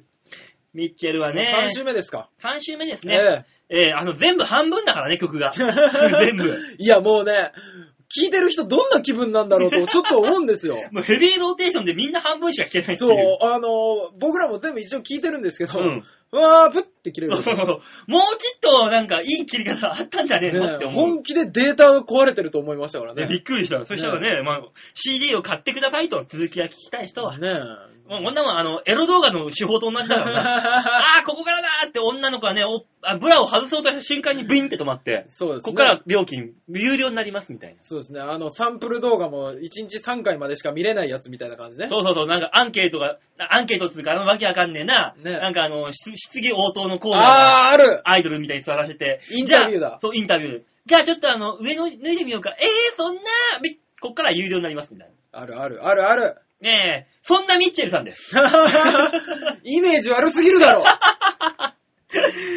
Speaker 3: ミッチェルはね、
Speaker 2: 3週目ですか。
Speaker 3: 3週目ですね。
Speaker 2: ね
Speaker 3: えーあの、全部半分だからね、曲 が。全部。
Speaker 2: え。 いや、もうね、聞いてる人どんな気分なんだろうと、ちょっと思うんです よ。
Speaker 3: もうヘビーローテーションでみんな半分しか聴けないってい
Speaker 2: そう
Speaker 3: う。、
Speaker 2: あのー僕らも全部一応聞いてるんですけど、
Speaker 3: う
Speaker 2: うんわー、プッて切れる
Speaker 3: そう。そうそう。もうちょっとなんかいい切り方あったんじゃねえのって
Speaker 2: ねえ
Speaker 3: 思う。
Speaker 2: 本気でデータが壊れてると思いましたから
Speaker 3: ね
Speaker 2: ね。
Speaker 3: び
Speaker 2: ね
Speaker 3: っくりした。そしたらね、まあ、CD を買ってくださいと、続きが聞きたい人は。
Speaker 2: え。
Speaker 3: もうこんなもん、あの、エロ動画の手法と同じだからな。ああ、ここからだーって女の子はね、おあブラを外そうとした瞬間にビンって止まって、
Speaker 2: そうですね。
Speaker 3: ここから料金、有料になりますみたいな。
Speaker 2: そうですね。あの、サンプル動画も1日3回までしか見れないやつみたいな感じね。
Speaker 3: そうそうそう、なんかアンケートが、あアンケートっつうか、あのわけわかんねえな、
Speaker 2: ね
Speaker 3: なんかあの、質質疑応答のコーナーが
Speaker 2: あー、ある
Speaker 3: アイドルみたいに座らせて、
Speaker 2: インタビューだ
Speaker 3: じゃあそう、インタビュー。じゃあちょっとあの、上の脱いでみようか。えー、そんな、みこっから有料になりますみたいな。
Speaker 2: あるあるあるある。
Speaker 3: ねえ、そんなミッチェルさんです。
Speaker 2: イメージ悪すぎ るだろ。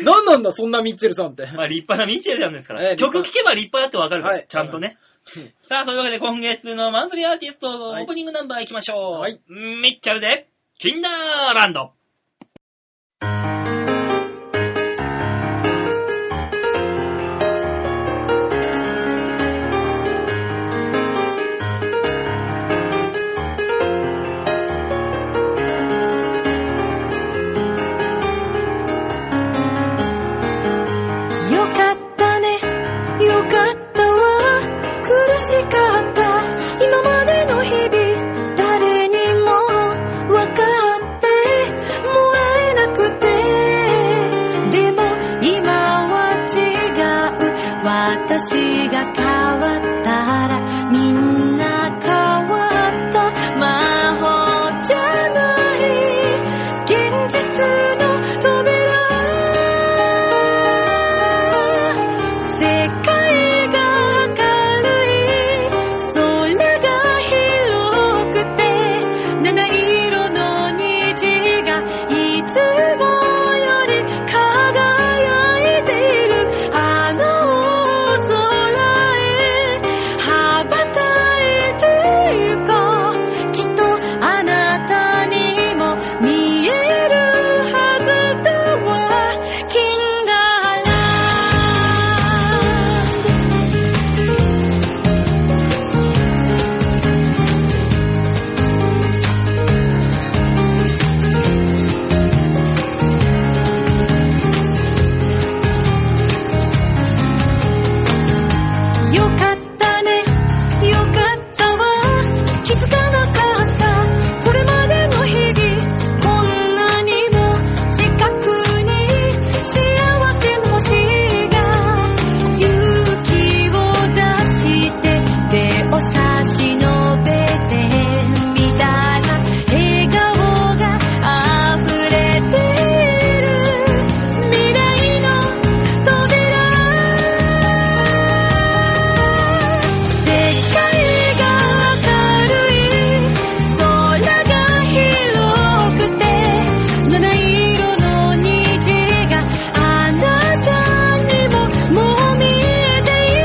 Speaker 2: なんなんだ、そんなミッチェルさんって。
Speaker 3: まあ立派なミッチェルさんですか
Speaker 2: え
Speaker 3: ら。
Speaker 2: え立
Speaker 3: 曲
Speaker 2: 派
Speaker 3: 聴けば立派だってわかるから、
Speaker 2: はい
Speaker 3: ちゃんとね。
Speaker 2: うん
Speaker 3: さあ、そういうわけで今月のマンスリーアーティストのオープニングナンバー行きましょう。
Speaker 2: はい
Speaker 3: ミッチェルで、キンダーランド。
Speaker 1: よかったね、よかったわ。苦しかった、今までの日々。誰にも分かってもらえなくて。でも今は違う。私が変わったら、みんな変わった。魔法じゃない。現実の扉。世界が明るい空が広くて七色の虹がいつもより輝いているあの大空へ羽ばたいてゆこうきっとあなたにも見えるはずだわキンガーランドよかったね、よかったわ。気づかなかった、これまでの日々。こんなにも近くに幸せの星が。勇気を出して手を差し伸べてみたら笑顔が溢れている未来の扉。世界が明るい空が広くて七色の虹があなたにももう見えてい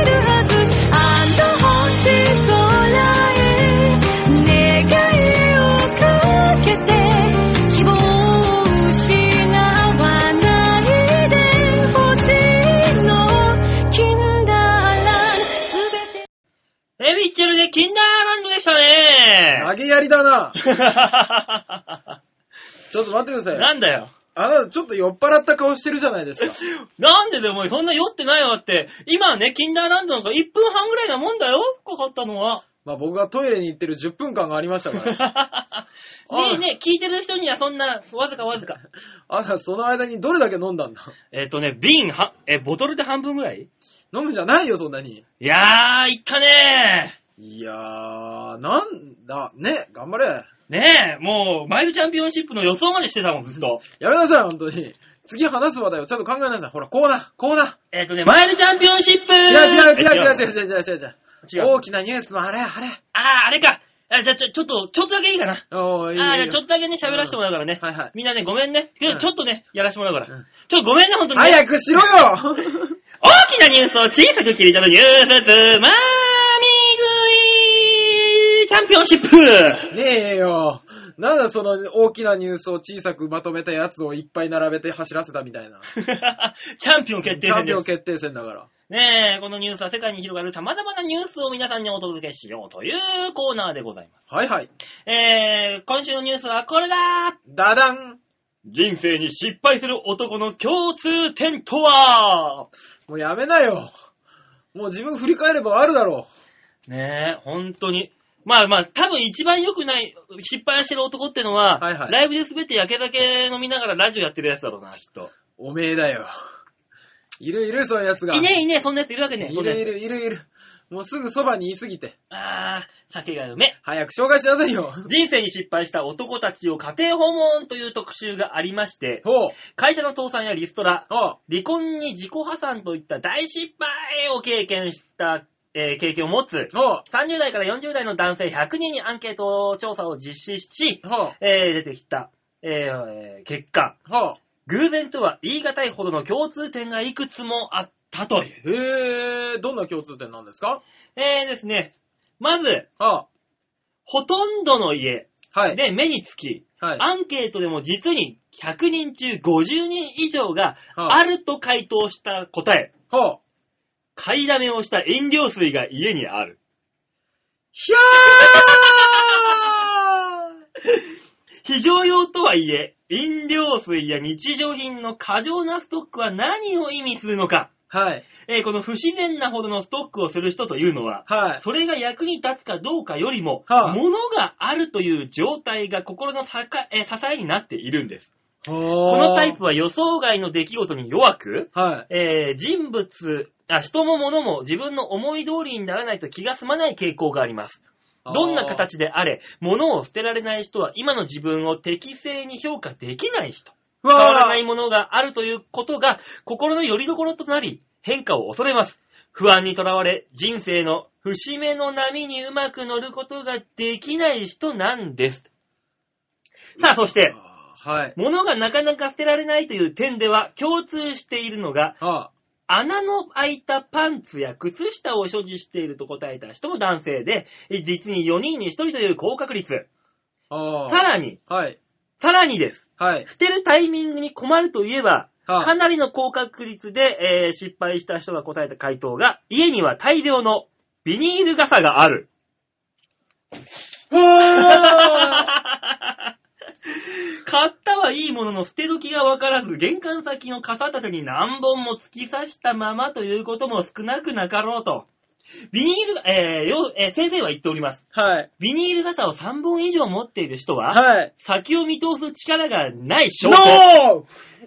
Speaker 1: るはずあの星空へ願いをかけて希望を失わないでほしいのキンダーランすべて
Speaker 3: え、ミッチェルで、キンダーランドでしたね
Speaker 2: 投げやりだな。
Speaker 3: な
Speaker 2: ちょっと待ってく ださい。
Speaker 3: んだよ。
Speaker 2: あなたちょっと酔っ払った顔してるじゃな いですか。
Speaker 3: なんででもそんな酔ってないわって。今ね、キンダーランドなんか1分半ぐらいなもんだよ。かかったの は。
Speaker 2: まあ僕がトイレに行ってる10分間がありましたから。
Speaker 3: ねえねえ、聞いてる人にはそんな、わずかわず か。
Speaker 2: あなたその間にどれだけ飲んだんだ
Speaker 3: えっとね、瓶は、え、ボトルで半分ぐらい
Speaker 2: 飲むんじゃないよ、そんなに。
Speaker 3: いやー、いったね
Speaker 2: いやー、なんだ、ね、頑張れ。
Speaker 3: ー。ねえ、もう、マイルチャンピオンシップの予想までしてたもん、ずっと。
Speaker 2: やめなさい、本当に。次話す話題をちゃんと考えなさい。ほら、こうだ、こうだ。
Speaker 3: えっとね、マイルチャンピオンシップ違う
Speaker 2: 違う違う違う違う違う違う違う違う。
Speaker 3: 違う
Speaker 2: 大きなニュースのあれ、あれ。
Speaker 3: あー、あれか。あじゃあ、ちょ、ちょっと、ちょっとだけいいかな。
Speaker 2: おー、いいよ。
Speaker 3: ああ、
Speaker 2: い
Speaker 3: じゃ
Speaker 2: い
Speaker 3: あ
Speaker 2: よ
Speaker 3: ちょっとだけね、喋らせてもらうからね。
Speaker 2: うんはいはい
Speaker 3: みんなね、ごめんね。けど
Speaker 2: うん
Speaker 3: ちょっとね、やらせてもらうから。
Speaker 2: うん
Speaker 3: ちょっとごめんね、ほんとにね、
Speaker 2: 早くしろよ
Speaker 3: 大きなニュースを小さく切り取るニュースつまみ食いチャンピオンシッ プ
Speaker 2: ねえよ。なんだその大きなニュースを小さくまとめたやつをいっぱい並べて走らせたみたいな。
Speaker 3: チャンピオン
Speaker 2: チ
Speaker 3: 決定戦
Speaker 2: ャン
Speaker 3: で
Speaker 2: ピオン
Speaker 3: す。
Speaker 2: 決定戦だから。
Speaker 3: ねえ、このニュースは世界に広がる様々なニュースを皆さんにお届けしようというコーナーでございます。
Speaker 2: はいはい。
Speaker 3: えー、今週のニュースはこれだ
Speaker 2: ダダン
Speaker 3: 人生に失敗する男の共通点とは
Speaker 2: もうやめなよ。もう自分振り返ればあるだろ
Speaker 3: ねえ、本当に。まあまあ、多分一番良くない、失敗してる男ってのは、
Speaker 2: はいはい
Speaker 3: ライブで滑って焼け酒飲みながらラジオやってるやつだろうな、きっと。
Speaker 2: おめえだよ。いるいる、そういうやつが。
Speaker 3: いねえいねえ、そんなやついるわけねえ。
Speaker 2: い
Speaker 3: そんなやつ
Speaker 2: るいるいるいる。もうすぐそばにいすぎて。
Speaker 3: あー、酒がうめえ。
Speaker 2: 早く紹介しなさいよ。
Speaker 3: 人生に失敗した男たちを家庭訪問という特集がありまして、
Speaker 2: ほう。
Speaker 3: 会社の倒産やリストラ、
Speaker 2: ほう。
Speaker 3: 離婚に自己破産といった大失敗を経験した、えー経験を持つ、
Speaker 2: ほう。
Speaker 3: 30代から40代の男性100人にアンケート調査を実施し、
Speaker 2: ほう。
Speaker 3: えー出てきた、えーえー結果、
Speaker 2: ほ
Speaker 3: 偶然とは言い難いほどの共通点がいくつもあったという。
Speaker 2: う。へえ、どんな共通点なんですか
Speaker 3: えーですね、まず、
Speaker 2: は
Speaker 3: ほとんどの家
Speaker 2: あ。はい。
Speaker 3: で目につき、
Speaker 2: はい。
Speaker 3: アンケートでも実に100人中50人以上が
Speaker 2: はあ
Speaker 3: あると回答した答え、
Speaker 2: ほう。
Speaker 3: 買いだめをした飲料水が家にある。
Speaker 2: ひゃ
Speaker 3: 非常用とはいえ、飲料水や日常品の過剰なストックは何を意味するのか。
Speaker 2: ーはい。
Speaker 3: えーこの不自然なほどのストックをする人というのは、
Speaker 2: はい。
Speaker 3: それが役に立つかどうかよりも、
Speaker 2: はあ
Speaker 3: 物があるという状態が心のさかえー支えになっているんです。
Speaker 2: こ
Speaker 3: このタイプは予想外の出来事に弱く、
Speaker 2: はい。
Speaker 3: えー人物あ、人も物も自分の思い通りにならないと気が済まない傾向があります。どんな形であれ、物を捨てられない人は今の自分を適正に評価できない人。
Speaker 2: あーう
Speaker 3: 変わら
Speaker 2: わ
Speaker 3: ない
Speaker 2: ー
Speaker 3: ものがあるということが心の拠り所となり、変化を恐れます。不安にとらわれ、人生の節目の波にうまく乗ることができない人なんです。さあ、そして、
Speaker 2: はい。
Speaker 3: 物がなかなか捨てられないという点では共通しているのが、
Speaker 2: は
Speaker 3: 穴の開いたパンツや靴下を所持していると答えた人も男性で、実に4人に1人という高確率。
Speaker 2: あ。ああ
Speaker 3: さらに、
Speaker 2: はい。
Speaker 3: さらにです。
Speaker 2: はい。
Speaker 3: 捨てるタイミングに困るといえば、
Speaker 2: はあ
Speaker 3: かなりの高確率で、えー失敗した人が答えた回答が、家には大量のビニール傘がある。 買ったはいいものの捨て時がわからず、玄関先の傘立てに何本も突き刺したままということも少なくなかろうと。ビニール、えーようえー先生は言っております。
Speaker 2: はい。
Speaker 3: ビニール傘を3本以上持っている人は、
Speaker 2: はい。
Speaker 3: 先を見通す力がない証拠。
Speaker 2: ノー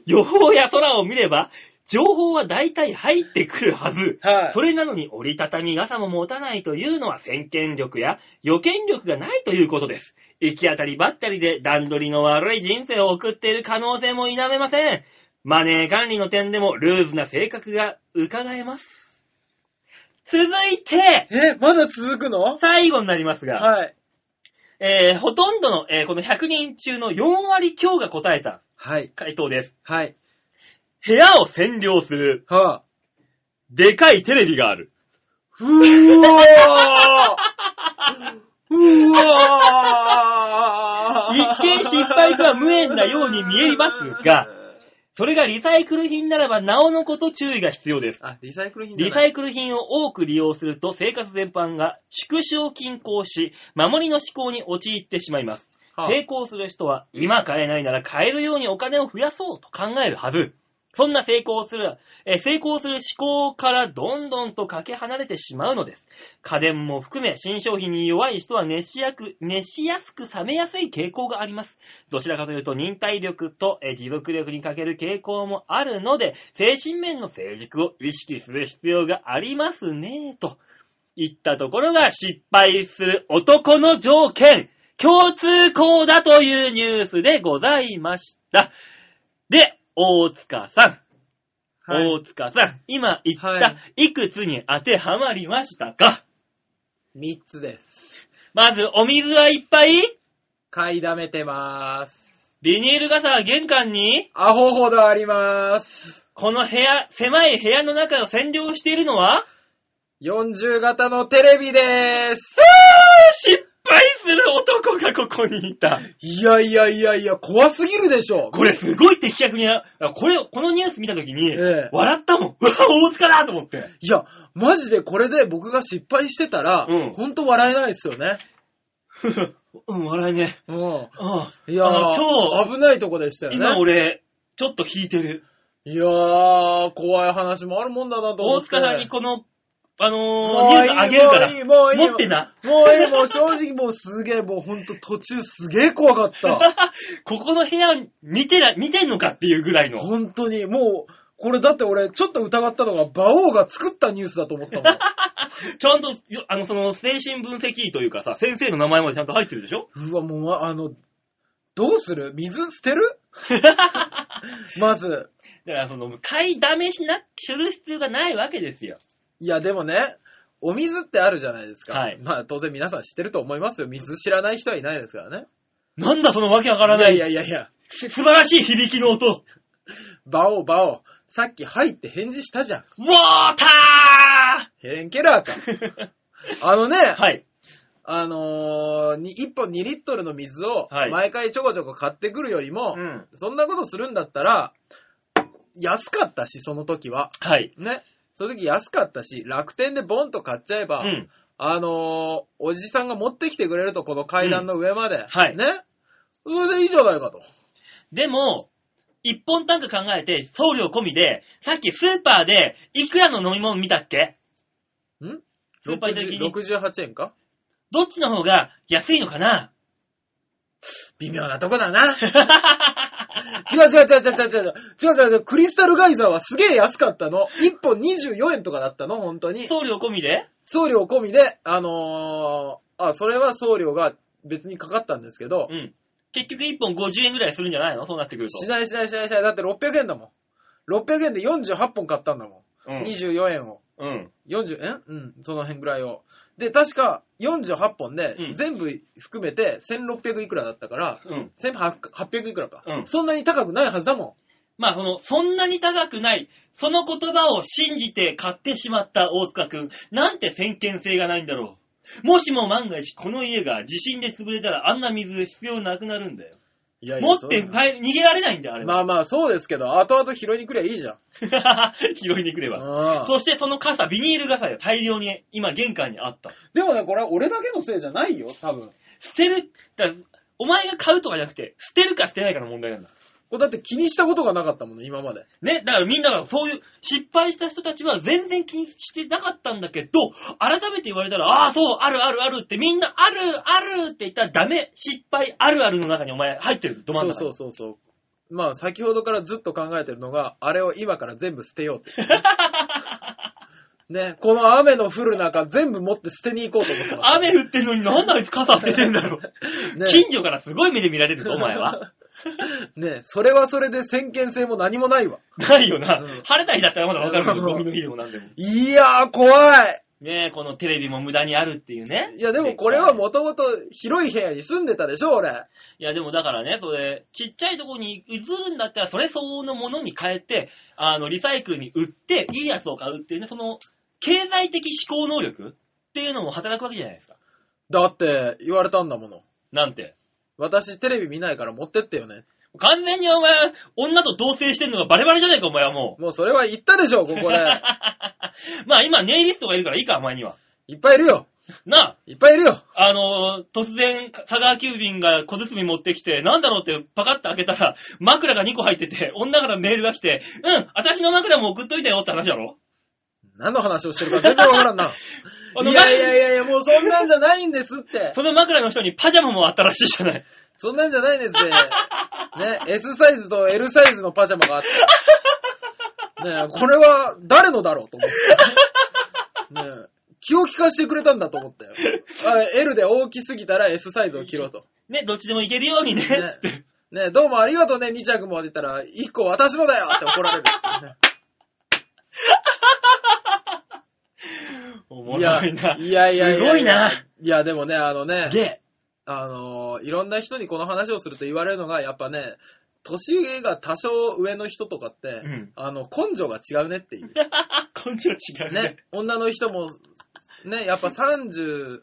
Speaker 3: 予報や空を見れば、情報は大体入ってくるはず。
Speaker 2: はい
Speaker 3: それなのに折りたたみ傘も持たないというのは先見力や予見力がないということです。行き当たりばったりで段取りの悪い人生を送っている可能性も否めません。マネー管理の点でもルーズな性格が伺えます。続いて、
Speaker 2: え、まだ続くの
Speaker 3: 最後になりますが、
Speaker 2: はい。
Speaker 3: えーほとんどの、えーこの100人中の4割強が答えた
Speaker 2: はい。
Speaker 3: 回答です。
Speaker 2: はい。
Speaker 3: 部屋を占領する。
Speaker 2: は あ。
Speaker 3: でかいテレビがある。
Speaker 2: うーわーうわー
Speaker 3: 一見失敗とは無縁なように見えますが、 それがリサイクル品ならばなおのこと注意が必要です。
Speaker 2: あ、リサイクル品じゃ
Speaker 3: リ
Speaker 2: な
Speaker 3: サ
Speaker 2: い
Speaker 3: イクル品を多く利用すると生活全般が縮小均衡し、守りの思考に陥ってしまいます。
Speaker 2: はあ
Speaker 3: 成功する人は今買えないなら買えるようにお金を増やそうと考えるはず。そんな成功する、えー成功する思考からどんどんとかけ離れてしまうのです。家電も含め新商品に弱い人は熱しやく熱しやすく冷めやすい傾向があります。どちらかというと忍耐力とえー持続力に欠ける傾向もあるので、精神面の成熟を意識する必要がありますね、と。いったところが失敗する男の条件、共通項だというニュースでございました。で、大塚さん。
Speaker 2: はい
Speaker 3: 大塚さん、今言っ
Speaker 2: は
Speaker 3: た、いくつに当てはまりましたか
Speaker 2: 三つです。
Speaker 3: まず、お水はいっぱい
Speaker 2: 買いだめてまーす。
Speaker 3: ビニール傘は玄関に
Speaker 2: アホほどありまーす。
Speaker 3: この部屋、狭い部屋の中を占領しているのは
Speaker 2: 40型のテレビでーす。
Speaker 3: 失敗する男がここにいた。
Speaker 2: いやいやいやいや、怖すぎるでしょ。
Speaker 3: これすごい的確に、あこれ、このニュース見たときに、
Speaker 2: ええ
Speaker 3: 笑ったもん。 うわ大塚だと思 って。
Speaker 2: いや、マジでこれで僕が失敗してたら、
Speaker 3: うん
Speaker 2: ほんと笑えないですよね。
Speaker 3: うん、笑いね。
Speaker 2: うん。
Speaker 3: うん。
Speaker 2: いや
Speaker 3: あの
Speaker 2: ー、
Speaker 3: 超、
Speaker 2: 危ないとこでしたよね。
Speaker 3: 今俺、ちょっと引いてる。
Speaker 2: いやー、怖い話もあるもんだなと
Speaker 3: 大
Speaker 2: 思って。
Speaker 3: 塚さんにこのあのー、ニュースあげるから。
Speaker 2: もういい、もういい。
Speaker 3: 持ってな。
Speaker 2: もういい、もう正直もうすげえ、もうほんと途中すげえ怖かった。
Speaker 3: ここの部屋見てら、見てんのかっていうぐらいの。
Speaker 2: 本当に、もう、これだって俺ちょっと疑ったのが、馬王が作ったニュースだと思ったもん。
Speaker 3: ちゃんと、よあの、その、精神分析医というかさ、先生の名前までちゃんと入ってるでしょ
Speaker 2: うわ、もう、あの、どうする水捨てる まず。
Speaker 3: だから、その、買いだめしな、する必要がないわけですよ。
Speaker 2: いや、でもね、お水ってあるじゃないですか。
Speaker 3: はい
Speaker 2: まあ、当然皆さん知ってると思いますよ。水知らない人はいないですからね。
Speaker 3: なんだそのわけわからない
Speaker 2: いやいやいやいや、
Speaker 3: す素晴らしい響きの音。
Speaker 2: バオバオ、さっき入って返事したじゃん。
Speaker 3: ウォータ
Speaker 2: ヘレン・ケラーか。
Speaker 3: ー
Speaker 2: あのね、
Speaker 3: はい。
Speaker 2: あのー、に1本2リットルの水を
Speaker 3: はい
Speaker 2: 毎回ちょこちょこ買ってくるよりも、
Speaker 3: うん。
Speaker 2: そんなことするんだったら、安かったし、その時は。
Speaker 3: はい。
Speaker 2: ね。その時安かったし、楽天でボンと買っちゃえ
Speaker 3: う
Speaker 2: ば、
Speaker 3: ん。
Speaker 2: あのーおじさんが持ってきてくれると、この階段の上まで。
Speaker 3: はい
Speaker 2: ね。それでいいじゃないかと。
Speaker 3: でも、一本単価考えて、送料込みで、さっきスーパーで、いくらの飲み物見たっけ
Speaker 2: ん
Speaker 3: スーパー的に。
Speaker 2: 60 68円か
Speaker 3: どっちの方が安いのかな
Speaker 2: 微妙なとこだな。 違う違う違う違う違う違う。違う違う違う。クリスタルガイザーはすげえ安かったの。1本24円とかだったの、本当に。
Speaker 3: 送料込みで
Speaker 2: 送料込みで、あのーあ、それは送料が別にかかったんですけど、
Speaker 3: うん。結局1本50円ぐらいするんじゃないのそうなってくる
Speaker 2: し
Speaker 3: と。
Speaker 2: ないしないしないしない。だって600円だもん。600円で48本買ったんだも。
Speaker 3: うんん。
Speaker 2: 24円を。
Speaker 3: うん。
Speaker 2: 40円うん、その辺ぐらいを。で、確か48本で
Speaker 3: う、ん
Speaker 2: 全部含めて1600いくらだったから、
Speaker 3: うん。
Speaker 2: 1800いくらか、
Speaker 3: うん
Speaker 2: そんなに高くないはずだも
Speaker 3: まあ、その、そんなに高くない、その言葉を信じて買ってしまった大塚くん。なんて先見性がないんだろう。もしも万が一、この家が地震で潰れたら、あんな水必要なくなるんだよ。
Speaker 2: ん。いや
Speaker 3: 持って
Speaker 2: ま
Speaker 3: 帰逃げられないんだよ、あれは。
Speaker 2: あまあ、そうですけど、後々拾いに来りゃいいじゃん。
Speaker 3: 拾いに来れば。
Speaker 2: うん。
Speaker 3: そしてその傘、ビニール傘が大量に今玄関にあった。
Speaker 2: でもね、これ俺だけのせいじゃないよ、多分。
Speaker 3: 捨てる、だからお前が買うとかじゃなくて、捨てるか捨てないかの問題なんだ。
Speaker 2: これだって気にしたことがなかったもんね、今まで。
Speaker 3: ね、だからみんながそういう失敗した人たちは全然気にしてなかったんだけど、改めて言われたら、ああ、そう、あるあるあるってみんな、あるあるって言ったらダメ、失敗あるあるの中にお前入ってる、ど真ん
Speaker 2: そう
Speaker 3: 中。
Speaker 2: そうそうそう。まあ、先ほどからずっと考えてるのが、あれを今から全部捨てよう って。ね、この雨の降る中、全部持って捨てに行こうと思ってます。
Speaker 3: 雨降ってるのになんであいつ傘捨ててんだろう。
Speaker 2: ね
Speaker 3: 近所からすごい目で見られるぞ、お前は。
Speaker 2: ねえ、それはそれで先見性も何もないわ。
Speaker 3: ないよな。
Speaker 2: うん
Speaker 3: 晴れた日だったらまだわかるけど、
Speaker 2: うん
Speaker 3: ゴミの日でもなんでも。
Speaker 2: いやー、怖い
Speaker 3: ねえ、このテレビも無駄にあるっていうね。
Speaker 2: いや、でもこれはもともと広い部屋に住んでたでしょ、俺。
Speaker 3: いや、でもだからね、それ、ちっちゃいとこに移るんだったら、それ相応のものに変えて、あの、リサイクルに売って、いいやつを買うっていうね、その、経済的思考能力っていうのも働くわけじゃないですか。
Speaker 2: だって、言われたんだもの。
Speaker 3: なんて。
Speaker 2: 私、テレビ見ないから持ってってよね。
Speaker 3: 完全にお前、女と同棲してんのがバレバレじゃないか、お前はもう。
Speaker 2: もうそれは言ったでしょ、こ こで。
Speaker 3: まあ今、ネイリストがいるからいいか、お前には。
Speaker 2: いっぱいいるよ。
Speaker 3: なあ、
Speaker 2: いっぱいいるよ。
Speaker 3: あのー突然、佐川急便が小包持ってきて、なんだろうってパカッと開けたら、枕が2個入ってて、女からメールが来て、うん、私の枕も送っといたよって話だろ
Speaker 2: 何の話をしてるか全然わからんな。
Speaker 3: あ
Speaker 2: い
Speaker 3: の
Speaker 2: やいやいやいや、もうそんなんじゃないんです って。
Speaker 3: その枕の人にパジャマもあったらしいじゃない。
Speaker 2: そんなんじゃないんですって。ね、S サイズと L サイズのパジャマがあって。ねえこれは誰のだろうと思って。ねえ気を利かしてくれたんだと思ったよ。あ L で大きすぎたら S サイズを切ろうと。
Speaker 3: ね、どっちでもいけるようにね。
Speaker 2: ね
Speaker 3: つって
Speaker 2: ねえどうもありがとうね、2着も出たら、1個私のだよって怒られる。
Speaker 3: おもろいな。
Speaker 2: いやいやいや
Speaker 3: すごいな。
Speaker 2: いや、でもね、あのね。
Speaker 3: で、
Speaker 2: あのーいろんな人にこの話をすると言われるのが、やっぱね、年が多少上の人とかって、
Speaker 3: ん
Speaker 2: あの、根性が違うねっていう。
Speaker 3: あ、根性違 うね。
Speaker 2: ね、女の人も、ね、やっぱ30、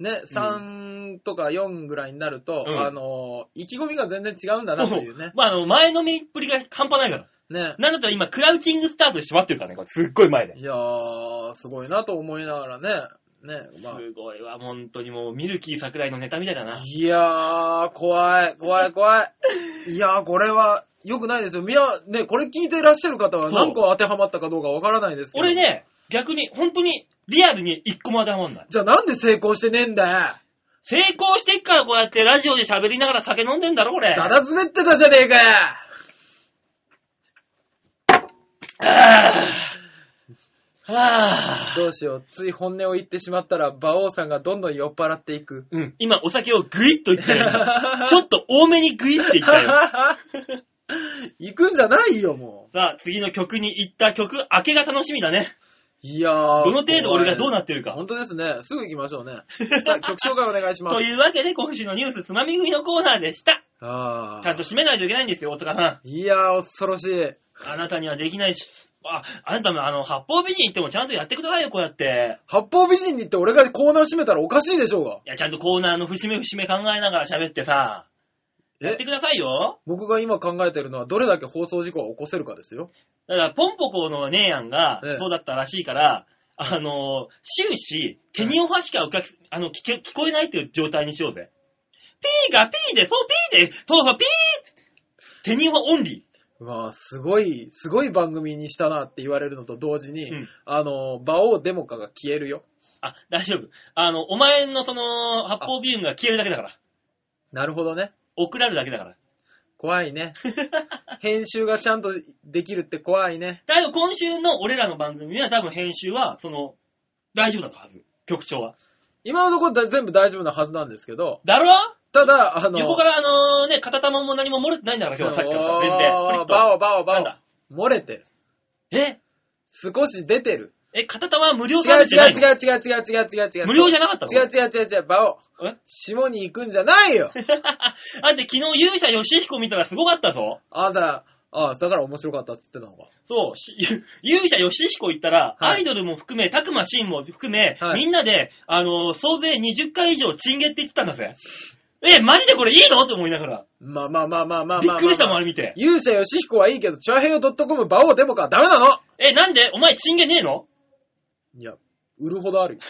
Speaker 2: ね、3とか4ぐらいになると、
Speaker 3: うん
Speaker 2: あのー意気込みが全然違うんだなというね。
Speaker 3: まあ、あの、前のめっぷりが半端ないから。
Speaker 2: ね。
Speaker 3: なんだったら今、クラウチングスタートで縛ってるからね、これ。すっごい前で。
Speaker 2: いやー、すごいなと思いながらね。ね、まあ。
Speaker 3: すごいわ、本当にもう、ミルキー桜井のネタみたいだな。
Speaker 2: いやー、怖い、怖い、怖い。いやー、これは、良くないですよ。みや、ね、これ聞いていらっしゃる方は
Speaker 3: そう
Speaker 2: 何個当てはまったかどうかわからないですけど。
Speaker 3: 俺。ね、逆に、本当に、リアルに一個も当てはまんない。
Speaker 2: じゃあなんで成功してねえんだ
Speaker 3: 成功してっからこうやってラジオで喋りながら酒飲んでんだろ、これ。
Speaker 2: よ。だだ滑ってたじゃねえかよ。
Speaker 3: あー あー。
Speaker 2: どうしよう。つい本音を言ってしまったら、馬王さんがどんどん酔っ払っていく。
Speaker 3: うん、今お酒をグイッといったよ。 今ちょっと多めにグイッていったよ。
Speaker 2: 行くんじゃないよ、も
Speaker 3: さあ、次の曲に行った曲明けが楽しみだね。
Speaker 2: う。いやー。
Speaker 3: どの程度俺がどう
Speaker 2: っ
Speaker 3: なってるか。
Speaker 2: 本当ですね。すぐ行きましょうね。 さあ、曲紹介お願いしま
Speaker 3: と
Speaker 2: す。
Speaker 3: いうわけで、今週のニュースつまみ食いのコーナーでした。
Speaker 2: あ
Speaker 3: ちゃん
Speaker 2: ー
Speaker 3: と締めないといけないんですよ、大塚さ
Speaker 2: いやー、恐ろしい。
Speaker 3: ん。あなたにはできないし、あ、あなたもあの、八方美人行ってもちゃんとやってくださいよ、こうやって。
Speaker 2: 八方美人に行って俺がコーナー閉めたらおかしいでしょうが。
Speaker 3: いや、ちゃんとコーナーの節目節目考えながら喋ってさ、やっ
Speaker 2: え
Speaker 3: て、くださいよ。
Speaker 2: 僕が今考えてるのはどれだけ放送事故が起こせるかですよ。
Speaker 3: だから、ポンポコの姉やんが
Speaker 2: ええ、
Speaker 3: そうだったらしいから、あの、終始、テニオハしかお客、あの、聞け、聞こえないという状態にしようぜ。ピーがピーで、そうピーで、そうそうピーテニオハオンリ
Speaker 2: まあ、すごい、すごい番組にしたなって言われるのと同時に、
Speaker 3: うん
Speaker 2: あの、馬王デモカが消えるよ。
Speaker 3: ー。あ、大丈夫。あの、お前のその、発泡ビームが消えるだけだから。
Speaker 2: なるほどね。
Speaker 3: 送られるだけだから。
Speaker 2: 怖 いね。編集がちゃんとできるって怖いね。
Speaker 3: だけど今週の俺らの番組は多分編集は、その、大丈夫だったはず。局長は。
Speaker 2: 今のところだ全部大丈夫なはずなんですけど、
Speaker 3: だろ
Speaker 2: ただ、あの、
Speaker 3: 横からあのね、片玉も何も漏れてないんだから今日はさっきからさ、全然。ポリッと
Speaker 2: バオバオ
Speaker 3: な
Speaker 2: バ
Speaker 3: んだ
Speaker 2: オ。漏れてる。
Speaker 3: え
Speaker 2: 少し出てる。
Speaker 3: え、片玉は無料
Speaker 2: 違う
Speaker 3: サービスじゃ
Speaker 2: 違
Speaker 3: な
Speaker 2: う
Speaker 3: いの
Speaker 2: 違う違う違う違う違う違う。
Speaker 3: 無料じゃなかったの
Speaker 2: 違う違う違う違う、バオ。
Speaker 3: え
Speaker 2: 下に行くんじゃな いよ
Speaker 3: だって昨日勇者ヨシヒコ見たらすごかったぞ。
Speaker 2: あだ、あだから面白かったっつってたのか。
Speaker 3: そう、し 勇者ヨシヒコ行ったら、
Speaker 2: はい
Speaker 3: アイドルも含め、たくましんも含め、
Speaker 2: はい
Speaker 3: みんなで、あの総勢20回以上チンゲって言ってたんだぜ。え、マジでこれいいのって思いながら。
Speaker 2: まあまあまあまあまあまあ
Speaker 3: びっ
Speaker 2: まあ
Speaker 3: くりしたもん、あれ見て。
Speaker 2: 勇者ヨシヒコはいいけど、チュアヘヨ .com 馬王デモカはダメなの
Speaker 3: え、なんでお前チンゲねえの
Speaker 2: いや、売るほどあるよ。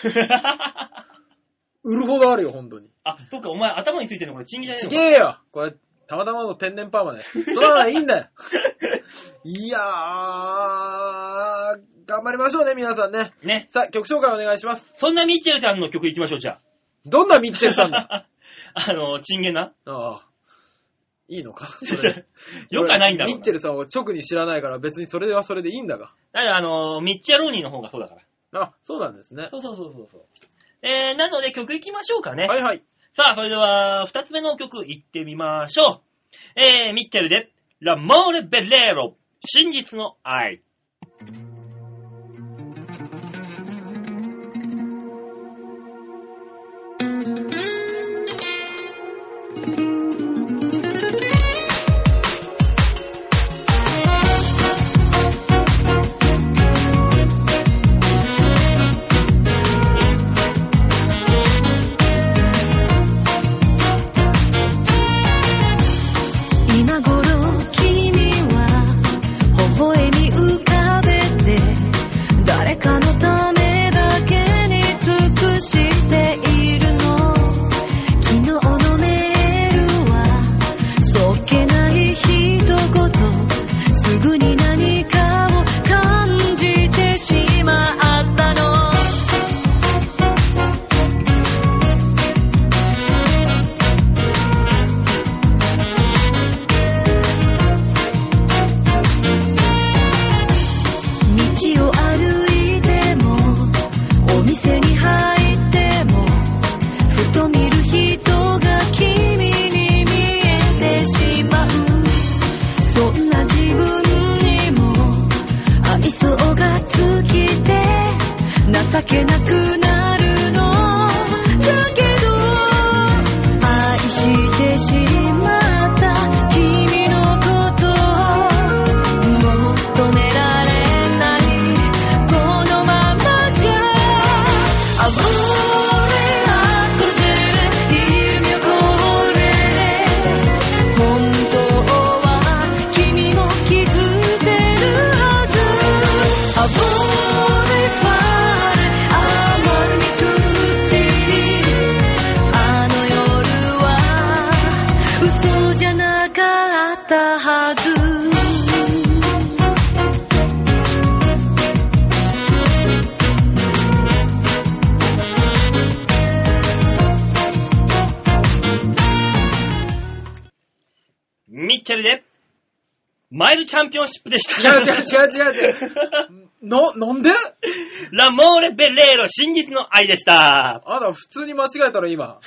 Speaker 2: 売るほどあるよ、本当に。
Speaker 3: あ、そっか、お前頭についてるのこれチンゲじゃねえ
Speaker 2: ち
Speaker 3: の
Speaker 2: げ
Speaker 3: か
Speaker 2: えよこれ、たまたまの天然パーマね。そらないいんだよいやー、頑張りましょうね、皆さんね。
Speaker 3: ね。
Speaker 2: さあ、曲紹介お願いします。
Speaker 3: そんなミッチェルさんの曲行きましょう、じゃあ。
Speaker 2: どんなミッチェルさんだ
Speaker 3: あの、チンゲな。
Speaker 2: ああ。いいのかそれ。
Speaker 3: よくはないんだろう
Speaker 2: ミ
Speaker 3: な。
Speaker 2: ッチェルさんを直に知らないから別にそれはそれでいいんだが。
Speaker 3: だからあの、ミッチェローニーの方がそうだから。
Speaker 2: あ、そうなんですね。
Speaker 3: そうそうそうそうそう。えー、なので曲行きましょうかね。
Speaker 2: はいはい。
Speaker 3: さあ、それでは、二つ目の曲行ってみましょう。えー、ミッチェルで、ラモーレ・ベレーロ、真実の愛。
Speaker 1: 今頃君は微笑み浮かべて誰かのためだけに尽くしているの昨日のメールはそっけない一言すぐに何かを感じてしまったの道を歩いてもお店に入ってもふと見る人が君に見えてしまうそんな自分にも愛想が尽きて情けなくなるのだけど愛してしまった君のことを求められないこのままじゃあぶれあこじれ夢をこれ本当は君も気づいてるはずあぶれファレあまりくってあの夜は嘘じゃなかったはず
Speaker 3: ルで、マイルチャンピオンシップでし
Speaker 2: 違う
Speaker 3: た。
Speaker 2: 違う違う違う違う。 の、なんで
Speaker 3: ラモーレ・ベレーロ、真実の愛でした。
Speaker 2: あなた普通に間違えたろ、今。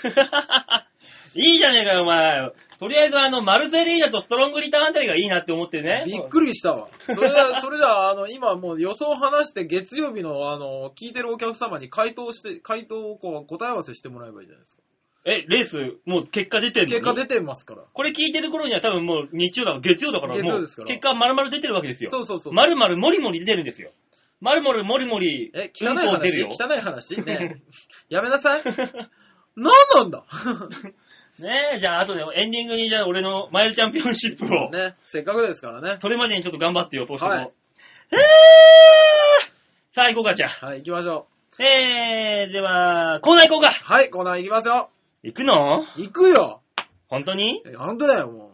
Speaker 3: いいじゃねえかよ、お前。とりあえず、あの、マルゼリーナとストロングリターンあたりがいいなって思ってね。
Speaker 2: びっくりしたわ。そ れは、それでは、あの、今もう予想を話して月曜日の、あの、聞いてるお客様に回答して、回答をこう答え合わせしてもらえばいいじゃないですか。
Speaker 3: え、レース、もう結果出てるの
Speaker 2: 結果出てますから。
Speaker 3: これ聞いてる頃には多分もう日曜だから、月曜だから、
Speaker 2: 月曜
Speaker 3: もう
Speaker 2: です
Speaker 3: 結
Speaker 2: から
Speaker 3: 果丸々出てるわけですよ。
Speaker 2: そうそうそう。
Speaker 3: 丸々もりもり出てるんですよ。丸々もりもり、
Speaker 2: え、汚い
Speaker 3: うんこ出る よ。
Speaker 2: 話汚い話ね えやめなさい。何なんだ
Speaker 3: ねえ、じゃあ後でエンディングにじゃあ俺のマイルチャンピオンシップを、
Speaker 2: ね、せっかくですからね。
Speaker 3: それまでにちょっと頑張ってよ、ポストも。
Speaker 2: はい
Speaker 3: えーさあ行こうか、じゃあ。
Speaker 2: はい、行きましょう。
Speaker 3: えー、では、コーナー行こうか。
Speaker 2: はい、コーナー行きますよ。
Speaker 3: 行くの
Speaker 2: 行くよ
Speaker 3: 本当に
Speaker 2: え本当だよ、も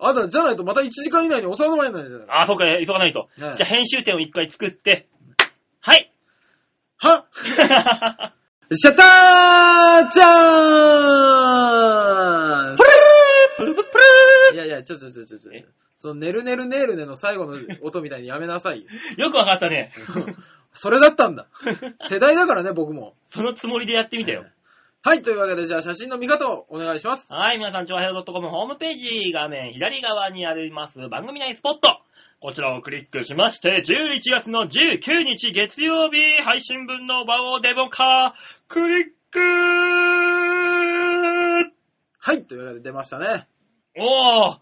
Speaker 2: う。あなた、じゃないとまた1時間以内に収まらないじゃないか。
Speaker 3: あ、そうか、急がないと。
Speaker 2: はい
Speaker 3: じゃあ編集点を一回作って、 はい
Speaker 2: はシャッターチャンスいやいや、ちょちょちょちょちょ
Speaker 3: え。
Speaker 2: その、ねるねるねるねの最後の音みたいにやめなさいよ。
Speaker 3: よくわかったね。
Speaker 2: それだっ たんだ。世代だからね、僕も。
Speaker 3: そのつもりでやってみたよ。
Speaker 2: はい、というわけで、じゃあ写真の見方をお願いします。
Speaker 3: はい、皆さん、超平洋 .com ホームページ画面左側にあります番組内スポット。こちらをクリックしまして、11月の19日月曜日配信分の場をデモ化、クリック
Speaker 2: はい、というわけで出ましたね。
Speaker 3: おー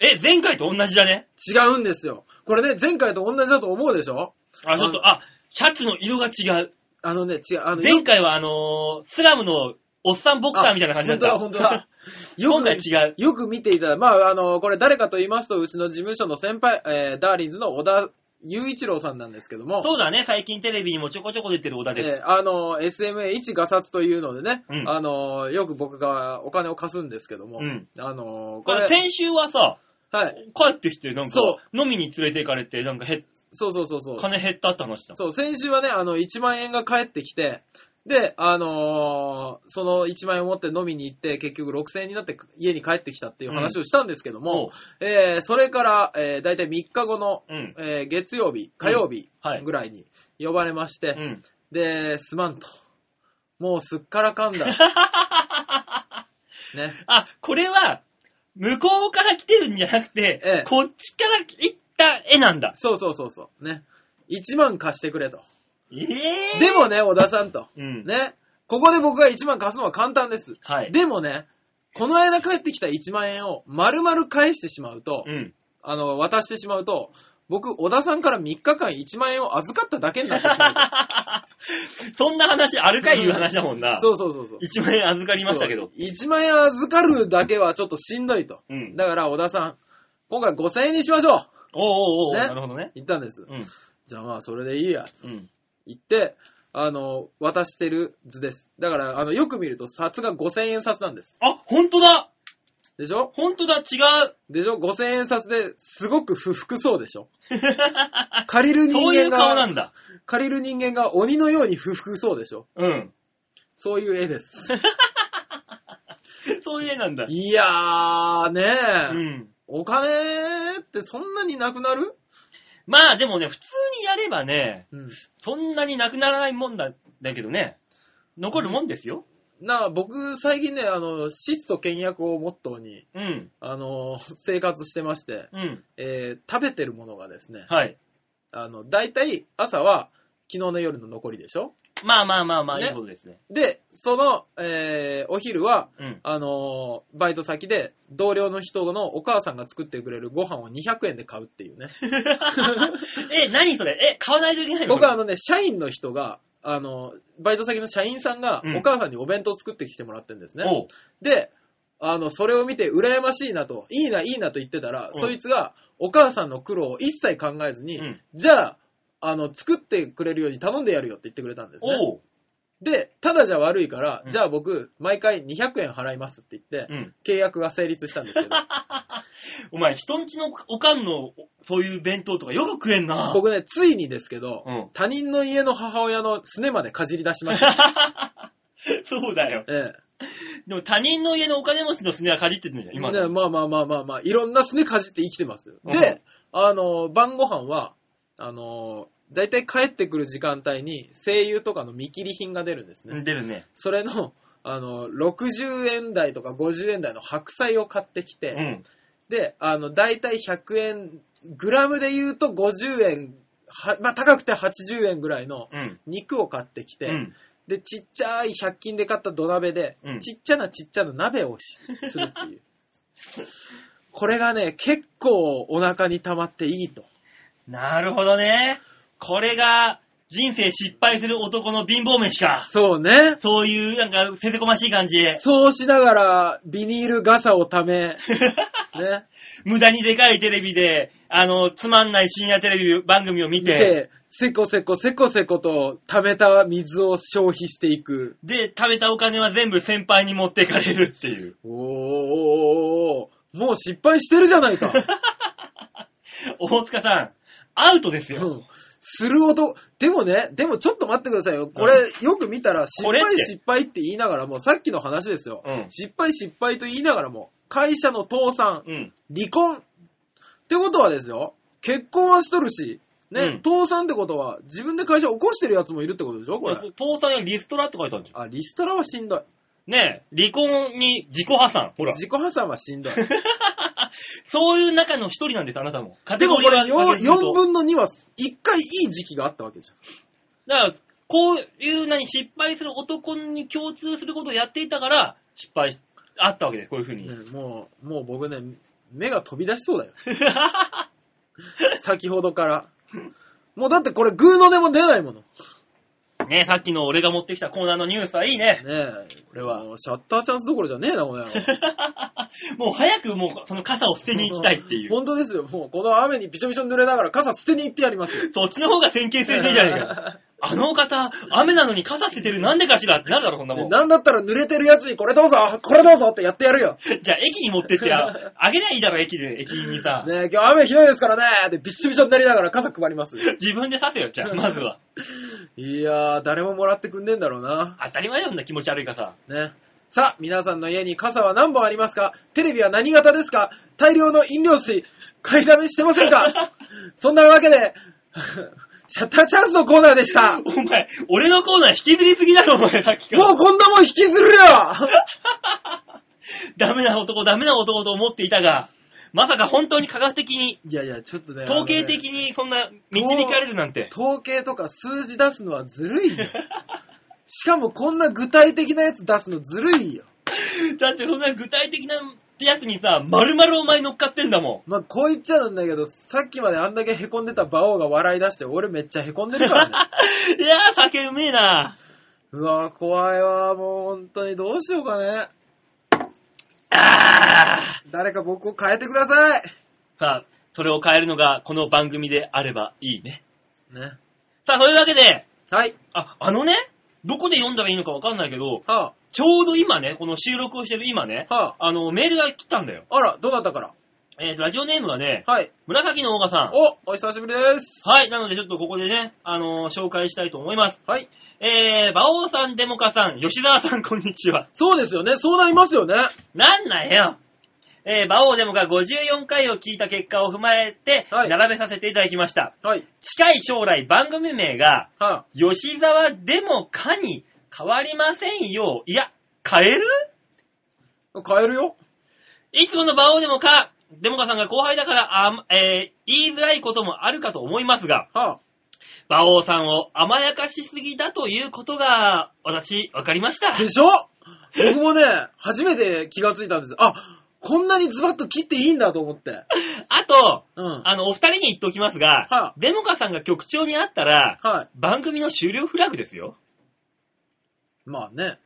Speaker 3: え、前回と同じだね。
Speaker 2: 違うんですよ。これね、前回と同じだと思うでしょ
Speaker 3: あ、ちょっと、あ、シャツの色が違う。
Speaker 2: あのね、違う、あの、
Speaker 3: 前回はあのースラムのおっさんボクサーみたいな感じだった。
Speaker 2: あ本当 だ、本当だ。よ
Speaker 3: 今
Speaker 2: く
Speaker 3: 回、違う。
Speaker 2: よく見ていただ、まあ、あの、これ誰かと言いますと、うちの事務所の先輩、えー、ダーリンズの小田雄一郎さんなんですけども、
Speaker 3: そうだね、最近テレビにもちょこちょこ出てる小田です。
Speaker 2: えーあの、SMA1 画冊というのでね、
Speaker 3: うん
Speaker 2: あの、よく僕がお金を貸すんですけども、
Speaker 3: うん
Speaker 2: あの、こ
Speaker 3: これ
Speaker 2: れ、
Speaker 3: 先週はさ、
Speaker 2: はい、
Speaker 3: 帰ってきて、なんか
Speaker 2: そ、
Speaker 3: 飲みに連れて行かれて、なんかへっ、
Speaker 2: そうそうそうそう。
Speaker 3: 金減ったって話だ。
Speaker 2: そう、先週はね、あの、1万円が返ってきて、で、あのーその1万円を持って飲みに行って、結局6000円になって家に帰ってきたっていう話をしたんですけども、えーそれから、えー、大体3日後の、
Speaker 3: う。うん。
Speaker 2: えー月曜日、火曜日
Speaker 3: うんはい
Speaker 2: ぐらいに呼ばれまして、
Speaker 3: うん。
Speaker 2: で、すまんと。もうすっからかんだ。 ね。
Speaker 3: あ、これは、向こうから来てるんじゃなくて、
Speaker 2: ええ
Speaker 3: こっちから行った絵なんだ。
Speaker 2: そうそうそうそう。ね。1万貸してくれと。
Speaker 3: ええ
Speaker 2: でもね、小田さんと。
Speaker 3: うん。
Speaker 2: ね。ここで僕が1万貸すのは簡単です。
Speaker 3: はい。
Speaker 2: でもね、この間帰ってきた1万円を丸々返してしまうと、
Speaker 3: うん。
Speaker 2: あの、渡してしまうと、僕、小田さんから3日間1万円を預かっただけになって しまうと。
Speaker 3: そんな話あるかいう話だもんな。
Speaker 2: そうそうそうそう。
Speaker 3: 1万円預かりましたけど。
Speaker 2: 1万円預かるだけはちょっとしんどいと。
Speaker 3: うん。
Speaker 2: だから、小田さん、今回5000円にしましょう
Speaker 3: おうおうおう、
Speaker 2: ね
Speaker 3: なるほどね。
Speaker 2: 言ったんです。
Speaker 3: うん。
Speaker 2: じゃあまあ、それでいいや。
Speaker 3: うん。
Speaker 2: 言って、あの、渡してる図です。だから、あの、よく見ると、札が5000円札なんです。
Speaker 3: あ、ほんとだ
Speaker 2: でしょ
Speaker 3: ほんとだ違う
Speaker 2: でしょ ?5000 円札ですごく不服そう でしょ借りる人
Speaker 3: そうい
Speaker 2: 間
Speaker 3: う顔な
Speaker 2: が、
Speaker 3: んだ。
Speaker 2: 借りる人間が鬼のように不服そうでしょ
Speaker 3: うん。
Speaker 2: そういう絵です。
Speaker 3: そういう絵なんだ。
Speaker 2: いやー、ねえ、
Speaker 3: うん。
Speaker 2: お金ってそんなになくなる
Speaker 3: まあでもね、普通にやればね、
Speaker 2: うん。
Speaker 3: そんなになくならないもんだ、だけどね、残るもんですよ。
Speaker 2: なあ、僕、最近ね、あの、質と倹約をモットーに、
Speaker 3: うん、
Speaker 2: あの、生活してまして、
Speaker 3: うん、
Speaker 2: えー食べてるものがですね、
Speaker 3: はい。
Speaker 2: あの、大体朝は昨日の夜の残りでしょ
Speaker 3: まあまあまあまあ、
Speaker 2: ね
Speaker 3: いいことですね。
Speaker 2: で、その、えーお昼は、
Speaker 3: うん。
Speaker 2: あのーバイト先で同僚の人のお母さんが作ってくれるご飯を200円で買うっ ていうね。
Speaker 3: え、何それえ、買わないといけないの
Speaker 2: 僕はあのね、社員の人が、あの、バイト先の社員さんが
Speaker 3: うん
Speaker 2: お母さんにお弁当作ってきてもらってるんですね。
Speaker 3: おう
Speaker 2: で、あの、それを見て羨ましいなと、いいな、いいなと言ってたら、
Speaker 3: うん
Speaker 2: そいつがお母さんの苦労を一切考えずに、
Speaker 3: うん
Speaker 2: じゃあ、あの、作ってくれるように頼んでやるよって言ってくれたんですね。
Speaker 3: おう
Speaker 2: で、ただじゃ悪いから、
Speaker 3: うん
Speaker 2: じゃあ僕、毎回200円払いますって言って、
Speaker 3: うん。
Speaker 2: 契約が成立したんで すけど、
Speaker 3: お前、人んちのおかんの、そういう弁当とかよく食えんな。
Speaker 2: 僕ね、ついにですけど、
Speaker 3: うん。
Speaker 2: 他人の 家の母親のすねまでかじり出しました。
Speaker 3: そうだよ。
Speaker 2: ええ
Speaker 3: でも他人の家のお金持ちのすねはかじってるんじゃん、今
Speaker 2: ね
Speaker 3: の。
Speaker 2: まあまあまあまあまあ、いろんなすねかじって生きてますよ。
Speaker 3: うん
Speaker 2: で、あの、晩ご飯は、あの、大体帰ってくる時間帯に声優とかの見切り品が出るんですね。
Speaker 3: 出るね。
Speaker 2: それの、あの、60円台とか50円台の白菜を買ってきて、
Speaker 3: うん。
Speaker 2: で、あの、大体100円、グラムで言うと50円、はまあ高くて80円ぐらいの
Speaker 3: うん。
Speaker 2: 肉を買ってきて、
Speaker 3: うん。
Speaker 2: で、ちっちゃい100均で買った土鍋で、
Speaker 3: うん
Speaker 2: ちっちゃなちっちゃな鍋をしするっていう。 これがね、結構お腹に溜まっていいと。
Speaker 3: なるほどね。これが、人生失敗する男の貧乏飯か。
Speaker 2: そうね。
Speaker 3: そういう、なんか、せせこましい感じで。
Speaker 2: そうしながら、ビニール傘 をため、ね。
Speaker 3: 無駄にでかいテレビで、あの、つまんない深夜テレビ番組を見て、
Speaker 2: で、せこせこせこせこと、溜めた水を消費していく。
Speaker 3: で、食べたお金は全部先輩に持ってかれるっていう。
Speaker 2: おーおーおーおーもう失敗してるじゃないか。
Speaker 3: 大塚さん、アウトです
Speaker 2: う
Speaker 3: よ。
Speaker 2: ん。する男、でもね、でもちょっと待ってくださいよ。これ、よく見たら、失
Speaker 3: これっ
Speaker 2: 敗
Speaker 3: て
Speaker 2: 失敗って言いながらも、さっきの話ですよ。
Speaker 3: うん
Speaker 2: 失敗失敗と言いながらも、会社の倒産、
Speaker 3: うん。
Speaker 2: 離婚。ってことはですよ、結婚はしとるし、ね、
Speaker 3: うん
Speaker 2: 倒産ってことは、自分で会社起こしてるやつもいるってことでしょこれ。
Speaker 3: 倒産やリストラって書いてあるじゃ
Speaker 2: あ、リストラはしんどい。
Speaker 3: ん。ねえ、離婚に自己破産。ほら。
Speaker 2: 自己破産はし んどい。
Speaker 3: そういう中の一人なんです、あなたも。カ
Speaker 2: でもこれ、
Speaker 3: 分
Speaker 2: 4分の2は、1回いい時期があったわけじゃん。
Speaker 3: だから、こういう何、失敗する男に共通することをやっていたから、失敗しあったわけです、こういうふうに。
Speaker 2: ねもう、もう僕ね、目が飛び出しそうだよ。先ほどから。もうだってこれ、グーの音も出ないもの。ね
Speaker 3: ねさっきの俺が持ってきたコーナーのニュースはいい ね。
Speaker 2: え。
Speaker 3: これは
Speaker 2: もうシャッターチャンスどころじゃねえな、こ の野郎。
Speaker 3: もう早くもうその傘を捨てに行きたいっていう。
Speaker 2: 本当ですよ。もうこの雨にびしょびしょに濡れながら傘捨てに行ってやりますよ。
Speaker 3: そっちの方が先見性でいいじゃないか。あの方、雨なのに傘捨ててる、なんでかしらってなるだろ、 こんなも
Speaker 2: ね
Speaker 3: ん。
Speaker 2: なんだったら濡れてるやつにこれどうぞ、これどうぞってやってやるよ。
Speaker 3: じゃあ、駅に持ってってあ、あげりゃいいだろ、駅で、駅員にさ。
Speaker 2: ねえ、今日雨ひどいですからねでびっしょびしょになりながら傘配ります。
Speaker 3: 自分で刺せよ、じゃあ、まずは。
Speaker 2: いやー、誰ももらってくんねえんだろうな。
Speaker 3: 当たり前だよ、そんな気持ち悪い傘。
Speaker 2: ね。さあ、皆さんの家に傘は何本ありますかテレビは何型ですか大量の飲料水、買いだめしてませ んかそんなわけで、 シャッターチャンスのコーナーでした。も
Speaker 3: お前、俺のコーナー引きずりすぎだろ、お前、さっきから。
Speaker 2: うこんなもん引きずる よ
Speaker 3: ダメな男、ダメな男と思っていたが、まさか本当に科学的に、
Speaker 2: いやいや、ちょっとね。
Speaker 3: 統計
Speaker 2: あのね
Speaker 3: 的にそんな導かれるなんて。
Speaker 2: 統計とか数字出すのはずるいよ。しかもこんな具体的なやつ出すのずるいよ。
Speaker 3: だってそんな具体的なやつにさ、丸々お前乗っかってんだも
Speaker 2: まあ、こう言っちゃなんだけど、さっきまであんだけ凹んでた馬王が笑い出して、俺めっちゃ凹んでるからね。
Speaker 3: ん。 いやー、酒うめえな。
Speaker 2: うわぁ、怖いわぁ、もう本当にどうしようかね。
Speaker 3: あー
Speaker 2: 誰か僕を変えてください。
Speaker 3: さあ、それを変えるのがこの番組であればいいね。
Speaker 2: ね。
Speaker 3: さあ、そういうわけで、
Speaker 2: はい。
Speaker 3: あ、あのね、どこで読んだらいいのかわかんないけど、
Speaker 2: は
Speaker 3: ちょうど今ね、この収録をしてる今ね、
Speaker 2: あ、は
Speaker 3: あの、メールが来たんだよ。
Speaker 2: あ、あら、どなたから
Speaker 3: えーと、ラジオネームはね、
Speaker 2: はい。
Speaker 3: 紫のオーガさん。
Speaker 2: お、お久しぶりです。
Speaker 3: はい。なので、ちょっとここでね、あのー紹介したいと思います。
Speaker 2: はい。
Speaker 3: えー、馬王さん、デモカさん、吉沢さん、こんにちは。
Speaker 2: そうですよね、そうなりますよね。
Speaker 3: なんなんよ。えー、馬王デモカ54回を聞いた結果を踏まえて、
Speaker 2: はい
Speaker 3: 並べさせていただきました。
Speaker 2: はい。
Speaker 3: 近い将来、番組名が、
Speaker 2: はあ、
Speaker 3: 吉沢デモカに変わりませんよう。いや、変える
Speaker 2: 変えるよ。
Speaker 3: いつもの馬王デモカ、デモカさんが後輩だから、あえー言いづらいこともあるかと思いますが、
Speaker 2: はあ、
Speaker 3: 馬王さんを甘やかしすぎだということが、私、わかりました。
Speaker 2: でしょ僕もね、初めて気がついたんです。あ、こんなにズバッと切っていいんだと思って。
Speaker 3: あと、
Speaker 2: うん。
Speaker 3: あの、お二人に言っておきますが、
Speaker 2: はあ
Speaker 3: デモカさんが局長に会ったら、
Speaker 2: はい。
Speaker 3: 番組の終了フラグですよ。
Speaker 2: まあね。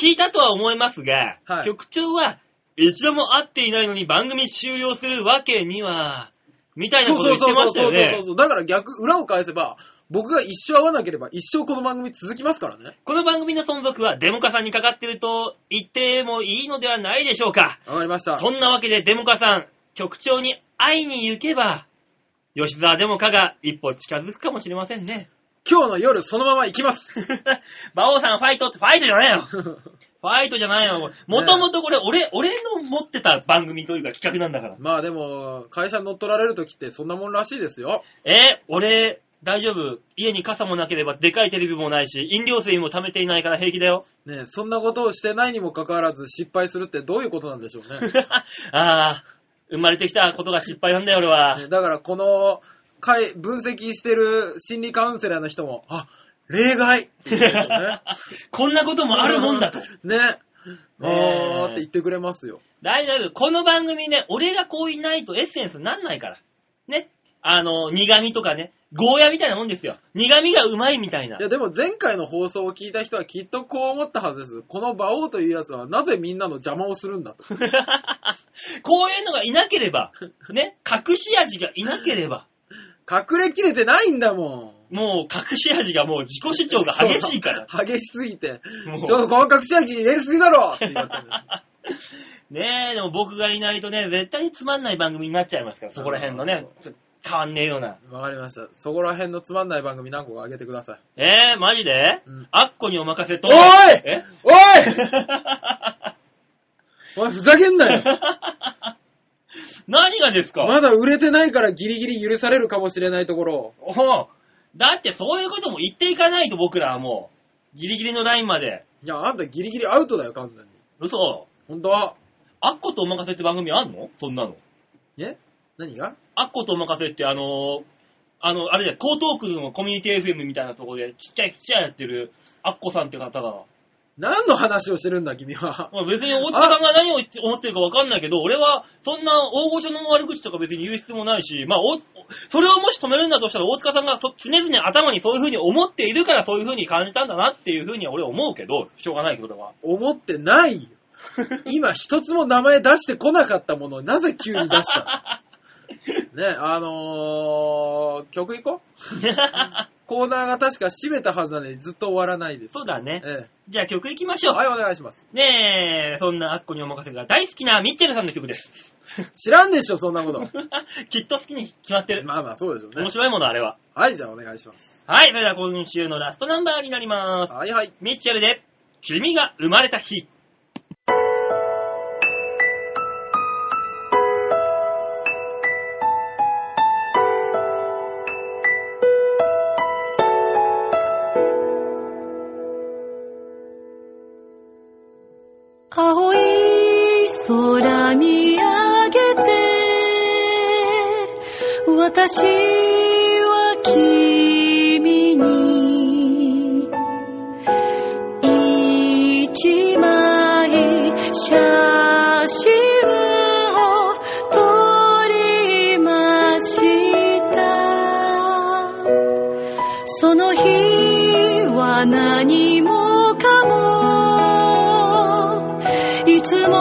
Speaker 3: 聞いたとは思いますが、
Speaker 2: はい
Speaker 3: 局長は、一度も会っていないのに番組終了するわけには、みたいな
Speaker 2: そう
Speaker 3: こと
Speaker 2: そう
Speaker 3: 言っ
Speaker 2: そ
Speaker 3: て
Speaker 2: うそ
Speaker 3: ま
Speaker 2: う
Speaker 3: した
Speaker 2: そ
Speaker 3: よ
Speaker 2: うそ
Speaker 3: ね
Speaker 2: う。そう。だから逆、裏を返せば、僕が一生会わなければ一生この番組続きますからね。
Speaker 3: この番組の存続はデモカさんにかかってると言ってもいいのではないでしょうか。
Speaker 2: わかりました。
Speaker 3: そんなわけで、デモカさん、局長に会いに行けば、吉沢デモカが一歩近づくかもしれませんね。
Speaker 2: 今日の夜そのまま行きます。
Speaker 3: 馬王さんファイトってファイトじゃないよ。 ファイトじゃないよ。もともとこれ、俺、俺の持ってた番組というか企画なんだから。
Speaker 2: まあでも、会社に乗っ取られる時ってそんなもんらしいですよ。
Speaker 3: え、俺、大丈夫。家に傘もなければ、でかいテレビもないし、飲料水も溜めていないから平気だ よ。
Speaker 2: ねえそんなことをしてないにもかかわらず失敗するってどういうことなんでしょ うね。
Speaker 3: ああ、生まれてきたことが失敗なんだよ、俺は。
Speaker 2: ねだからこの回、分析してる心理カウンセラーの人も、あ、例外って言うんでしょうね。
Speaker 3: こんなこと もあるもんだと。
Speaker 2: ね。あ
Speaker 3: ねえ
Speaker 2: ーって言ってくれますよ。
Speaker 3: 大丈夫。この番組ね、俺がこういないとエッセンスなんないから。ね。あの、苦味とかね、ゴーヤみたいなもんですよ。苦味がうまいみたいない
Speaker 2: 。や、でも前回の放送を聞いた人はきっとこう思ったはずです。この馬王というやつはなぜみんなの邪魔をするんだと。
Speaker 3: こういうのがいなければ、ね、隠し味がいなければ、
Speaker 2: 隠れきれてないんだも
Speaker 3: もう隠し味がもう自己主張
Speaker 2: ん。
Speaker 3: が激しいから。
Speaker 2: そう。激しすぎて。
Speaker 3: もう
Speaker 2: ちょっとこの隠し味入れすぎだろって言われたんです
Speaker 3: ねえ、でも僕がいないとね、絶対につまんない番組になっちゃいますから、そこら辺のね、つ変わんねえような。
Speaker 2: わかりました。そこら辺のつまんない番組何個かあげてください。
Speaker 3: えー、マジで、
Speaker 2: うん
Speaker 3: あっこにお任せと。
Speaker 2: おい
Speaker 3: え
Speaker 2: おいおい、ふざけんなよ
Speaker 3: 何がですか、
Speaker 2: まだ売れてないからギリギリ許されるかもしれないところを。
Speaker 3: おうだってそういうことも言っていかないと僕らはもう、ギリギリのラインまで。
Speaker 2: いや、あんたギリギリアウトだよ、完全に。
Speaker 3: 嘘。
Speaker 2: ほんとは
Speaker 3: あっことお任せって番組あんのそんなの。
Speaker 2: え何が
Speaker 3: アッコとお任せって、あのーあの、あれだよ、江東区のコミュニティ FM みたいなところで、ちっちゃい、ちっちゃいやってる、アッコさんって方が、
Speaker 2: 何の話をしてるんだ、君は。
Speaker 3: まあ、別に大塚さんが何を言って思ってるか分かんないけど、俺は、そんな大御所の悪口とか別に言う必要もないし、まあ、おそれをもし止めるんだとしたら、大塚さんがそ常々頭にそういう風に思っているから、そういう風に感じたんだなっていう風には俺は思うけど、しょうがないけど、俺は。
Speaker 2: 思っ てないよ。今一つも名前出してこなかったものをなぜ急に出した のね、あのー、曲行こうコーナーが確か閉めたはずなのにずっと終わらないです。
Speaker 3: そうだね。
Speaker 2: え
Speaker 3: じゃあ曲行きまし
Speaker 2: え、
Speaker 3: ょう。
Speaker 2: はい、お願いします。
Speaker 3: ねえ、そんなアッコにお任せが大好きなミッチェルさんの曲です。
Speaker 2: 知らんでしょ、そんなこと。
Speaker 3: きっと好きに決まってる。
Speaker 2: まあまあ、そうでしょう
Speaker 3: 面
Speaker 2: ね。
Speaker 3: 白いもの、あれは。
Speaker 2: はい、じゃあお願いします。
Speaker 3: はい、それでは今週のラストナンバーになります。
Speaker 2: はいはい。
Speaker 3: ミッチェルで、君が生まれた日。
Speaker 1: 青い空見上げて私は君に一枚写真を撮りましたその日は何もかもいつも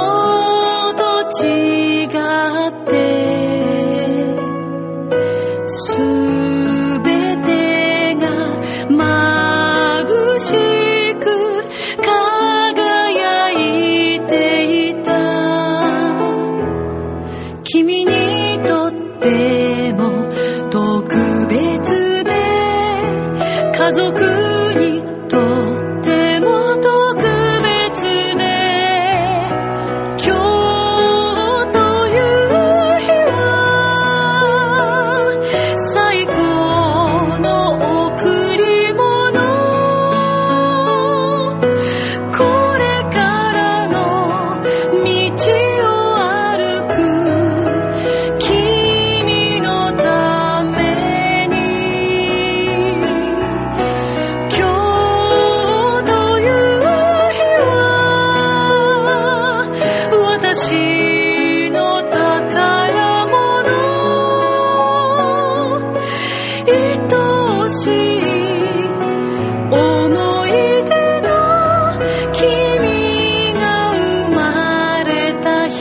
Speaker 1: と違ってすべてが眩しく輝いていた君にとっても特別で家族にとっても特別で今日という日は最高の贈り物これからの道を歩く君のために今日という日は私の宝物愛しい思い出の君が生まれた日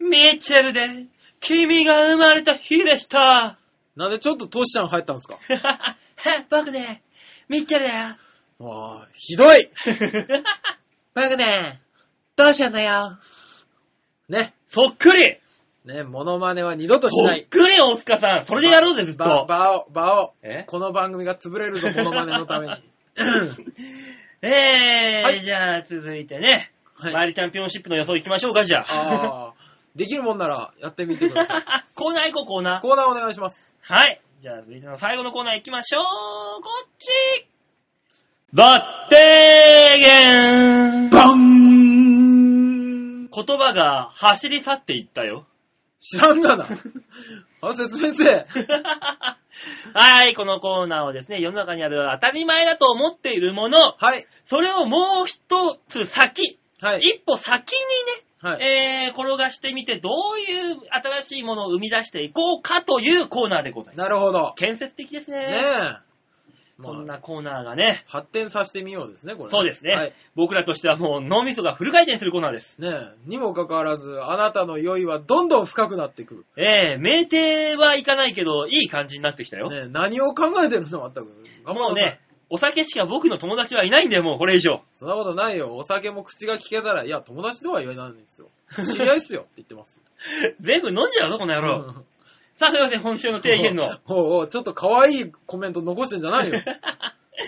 Speaker 3: ミッチェルで、君が生まれた日でした。
Speaker 2: なんでちょっとトシちゃん入ったんですか
Speaker 3: 僕ね、ミッチェルだよ。
Speaker 2: わあ、ひどい
Speaker 3: 僕ね、どうしたんだよ。
Speaker 2: ね。
Speaker 3: そっくり
Speaker 2: ね、モノマネは二度とし
Speaker 3: そ
Speaker 2: な
Speaker 3: っ
Speaker 2: い。
Speaker 3: くり、大塚さん。それでやろうぜ、ずっ
Speaker 2: ば、
Speaker 3: と。
Speaker 2: ばお、ばお。
Speaker 3: え
Speaker 2: この番組が潰れるぞ、モノマネのために。
Speaker 3: えー、
Speaker 2: はい
Speaker 3: じゃあ続いてね、
Speaker 2: はい
Speaker 3: マイルチャンピオンシップの予想いきましょうか、じゃあ。
Speaker 2: ああ、できるもんならやってみてくださ い。
Speaker 3: コーナー行こう、コーナー。
Speaker 2: コーナーお願いします。
Speaker 3: はい。じゃあ続いての最後のコーナー行きましょう。こっちだってーげん
Speaker 2: バン
Speaker 3: 言葉が走り去っていったよ。
Speaker 2: 知らんがな。あ、説明せえ。
Speaker 3: はい、このコーナーはですね、世の中にある当たり前だと思っているもの、
Speaker 2: はい。
Speaker 3: それをもう一つ先、
Speaker 2: はい。
Speaker 3: 一歩先にね、
Speaker 2: はい。
Speaker 3: えー、転がしてみて、どういう新しいものを生み出していこうかというコーナーでございます。
Speaker 2: なるほど。
Speaker 3: 建設的ですね。
Speaker 2: ねえ。
Speaker 3: こん
Speaker 2: まあ、
Speaker 3: なコーナーがね、
Speaker 2: 発展させてみようですね、これ。
Speaker 3: そうですね、
Speaker 2: はい。
Speaker 3: 僕らとしてはもう脳みそがフル回転するコーナーです。
Speaker 2: ねえ。にもかかわらず、あなたの酔いはどんどん深くなってくる。
Speaker 3: えー、名店はいかないけど、いい感じになってきたよ。
Speaker 2: ねえ、何を考えてるの、まったく。頑張
Speaker 3: も
Speaker 2: ろ
Speaker 3: うね、お酒しか僕の友達はいないんだよ、もうこれ以上。
Speaker 2: そんなことないよ。お酒も口が聞けたら、いや、友達とは言えないんですよ。知り合いっすよって言ってます。
Speaker 3: 全部飲んじ ゃうぞ、この野郎。
Speaker 2: うん
Speaker 3: さあ、すいません、本週の提言の。。
Speaker 2: おうおう、ちょっと可愛いコメント残してんじゃないよ。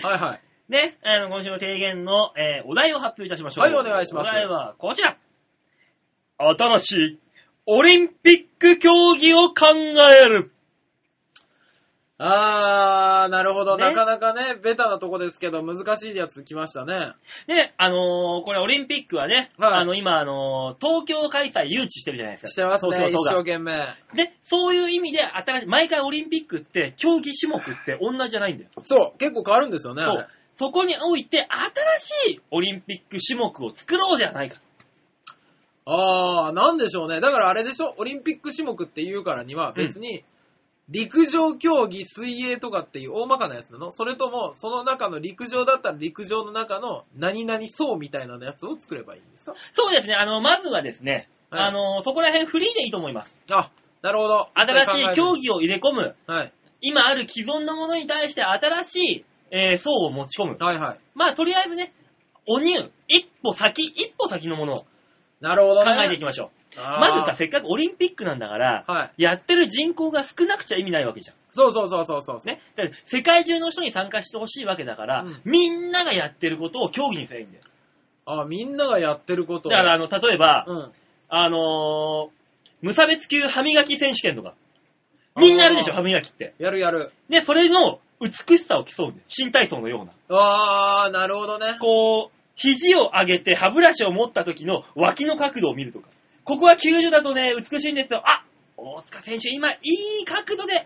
Speaker 2: はいはい。
Speaker 3: ね、あの、今週の提言の、えーお題を発表いたしましょう。
Speaker 2: はいお願いします
Speaker 3: お題はこちら。新しいオリンピック競技を考える。
Speaker 2: あー、なるほど。
Speaker 3: ね
Speaker 2: なかなかね、ベタなとこですけど、難しいやつ来ましたね。
Speaker 3: ね、あのーこれオリンピックはね、
Speaker 2: はい
Speaker 3: あの、今、あのー東京開催誘致してるじゃないですか。
Speaker 2: してますね、
Speaker 3: 東京
Speaker 2: 一
Speaker 3: 都
Speaker 2: 生
Speaker 3: が。
Speaker 2: 懸命。
Speaker 3: で、そういう意味で、新しい、毎回オリンピックって、競技種目って同じじゃないんだよ。
Speaker 2: そう、結構変わるんですよね。あ
Speaker 3: そ
Speaker 2: れ
Speaker 3: う。そこにおいて、新しいオリンピック種目を作ろうではないかと。
Speaker 2: あー、なんでしょうね。だからあれでしょ、オリンピック種目っていうからには、別に、陸上競技、水泳とかっていう大まかなやつなのそれとも、その中の陸上だったら陸上の中の何々層みたいなやつを作ればいいんですか
Speaker 3: そうですね、あの、まずはですね、
Speaker 2: はい
Speaker 3: あの、そこら辺フリーでいいと思います。
Speaker 2: あ、なるほど。
Speaker 3: 新しい競
Speaker 2: 技。
Speaker 3: 技を入れ込む、
Speaker 2: はい。
Speaker 3: 今ある既存のものに対して新しい、えー層を持ち込む。
Speaker 2: はいはい。
Speaker 3: まあ、とりあえずね、おニュー、一歩先、一歩先のものを
Speaker 2: なるほ
Speaker 3: 考
Speaker 2: どね。
Speaker 3: えていきましょう。
Speaker 2: あー
Speaker 3: まずさ、せっかくオリンピックなんだから、
Speaker 2: はい。
Speaker 3: やってる人口が少なくちゃ意味ないわけじゃん。
Speaker 2: そうそうそうそうそう。
Speaker 3: ね。だから世界中の人に参加してほしいわけだから、
Speaker 2: うん
Speaker 3: みんながやってることを競技にすればいいんだよ。
Speaker 2: あ、みんながやってること
Speaker 3: だ
Speaker 2: を。
Speaker 3: から、あの、例えば、
Speaker 2: うん。
Speaker 3: あのー、無差別級歯磨き選手権とか。みんなやるでしょ、
Speaker 2: あー
Speaker 3: 歯磨きって。
Speaker 2: やるやる。
Speaker 3: で、それの美しさを競うんだよ。新体操のような。
Speaker 2: あー、なるほどね。
Speaker 3: こう、肘を上げて歯ブラシを持った時の脇の角度を見るとか。ここは90だとね、美しいんですよ。あ大塚選手、今、いい角度で、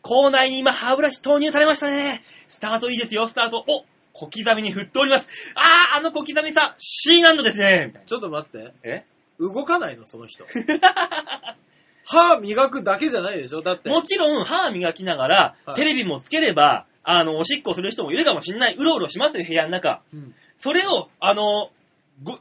Speaker 3: 校内に今、歯ブラシ投入されましたね。スタートいいですよ、スタート。お小刻みに振っております。あー、あの小刻みさ、C 難度ですね。みたい
Speaker 2: ちょっと待って。
Speaker 3: な。え
Speaker 2: 動かないの、その人。 歯磨くだけじゃないでしょだって。
Speaker 3: もちろん、歯磨きながら、
Speaker 2: はい
Speaker 3: テレビもつければ、あの、おしっこする人もいるかもしんない。うろうろしますよ、部屋の中。
Speaker 2: うん
Speaker 3: それを、あの、ご、10、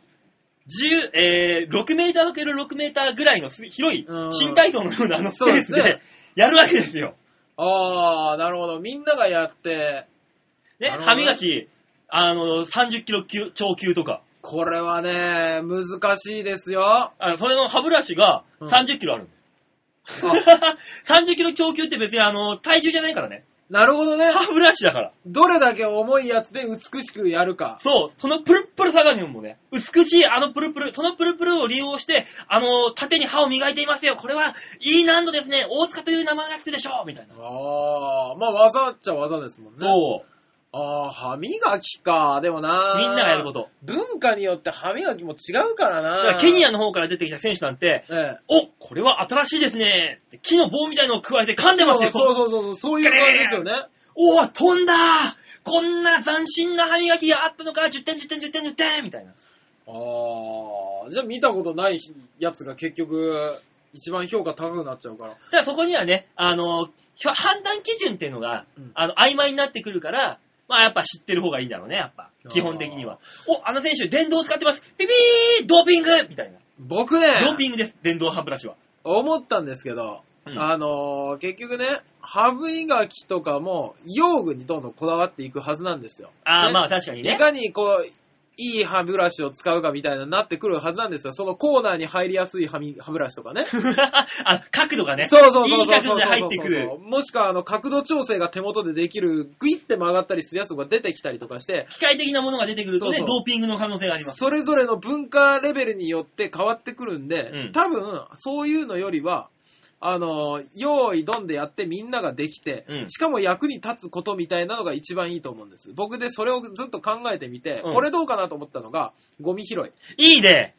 Speaker 3: えー、6メーター ×6 メーターぐらいのす広い
Speaker 2: うん
Speaker 3: 新体操のようなあのスペース
Speaker 2: そ
Speaker 3: で
Speaker 2: うです ね
Speaker 3: やるわけですよ。
Speaker 2: あー、なるほど。みんながやって、
Speaker 3: ね、
Speaker 2: なるほ
Speaker 3: 歯
Speaker 2: どね
Speaker 3: 磨き、あの、30キロ級、超級とか。
Speaker 2: これはね、難しいですよ。
Speaker 3: あの、それの歯ブラシが
Speaker 2: うん
Speaker 3: 30キロあるんだよ。30キロ 超級って別にあの、体重じゃないからね。
Speaker 2: なるほどね。
Speaker 3: 歯ブラシだから。
Speaker 2: どれだけ重いやつで美しくやるか。
Speaker 3: そう、そのプルップルさがにもね、美しいあのプルプル、そのプルプルを利用して、あの、縦に歯を磨いていますよ。これは、いい難度ですね。大塚という名前がつくでしょうみたいな。
Speaker 2: あー、まあ技っちゃ技ですもんね。
Speaker 3: そう。
Speaker 2: あー、歯磨きか。でもな。
Speaker 3: みんながやること。
Speaker 2: 文化によって歯磨きも違うから
Speaker 3: だか
Speaker 2: な。
Speaker 3: らケニ
Speaker 2: ア、
Speaker 3: アの方から出てきた選手なんて、
Speaker 2: ええ、
Speaker 3: お、これは新しいですね。って木の棒みたいのを加えて噛んでますよ。
Speaker 2: そうそうそうそう、そういう感じですよね。
Speaker 3: おお、飛んだこんな斬新な歯磨きがあったのか !10 点、10点、10点、10点みたいな。
Speaker 2: ああ、じゃあ見たことないやつが結局、一番評価高くなっちゃうから。
Speaker 3: ただそこにはね、あの、ひょ判断基準っていうのが、
Speaker 2: うん
Speaker 3: あの、曖昧になってくるから、まあやっぱ知ってる方がいいんだろうね、やっぱ
Speaker 2: あ。ー
Speaker 3: 基本的には。お、あの選手、電動使ってますピピードーピングみたいな。
Speaker 2: 僕ね、
Speaker 3: ドーピングです、電動歯ブラシは。
Speaker 2: 思ったんですけど、
Speaker 3: うん
Speaker 2: あのー結局ね、羽生磨きとかも、用具にどんどんこだわっていくはずなんですよ。
Speaker 3: ああ、
Speaker 2: ね
Speaker 3: まあ確かにね
Speaker 2: い。かにこう、いい歯ブラシを使うかみたいななってくるはずなんですよ。そのコーナーに入りやすい歯み歯ブラシとかね。
Speaker 3: あ、角度が ね。
Speaker 2: そうそうそう
Speaker 3: いい
Speaker 2: そう
Speaker 3: 角
Speaker 2: そ
Speaker 3: 度
Speaker 2: う
Speaker 3: で
Speaker 2: そう
Speaker 3: 入ってくる。
Speaker 2: もしくはあの角度調整が手元でできる、グイって曲がったりするやつが出てきたりとかして、
Speaker 3: 機械的なものが出てくるとね、
Speaker 2: そうそう
Speaker 3: ドーピングの可能性があります。
Speaker 2: それぞれの文化レベルによって変わってくるんで、
Speaker 3: うん
Speaker 2: 多分そういうのよりは、あの、用意どんでやってみんなができて、
Speaker 3: うん
Speaker 2: しかも役に立つことみたいなのが一番いいと思うんです。僕でそれをずっと考えてみて、
Speaker 3: うん
Speaker 2: これどうかなと思ったのが、ゴミ拾い。
Speaker 3: いいね。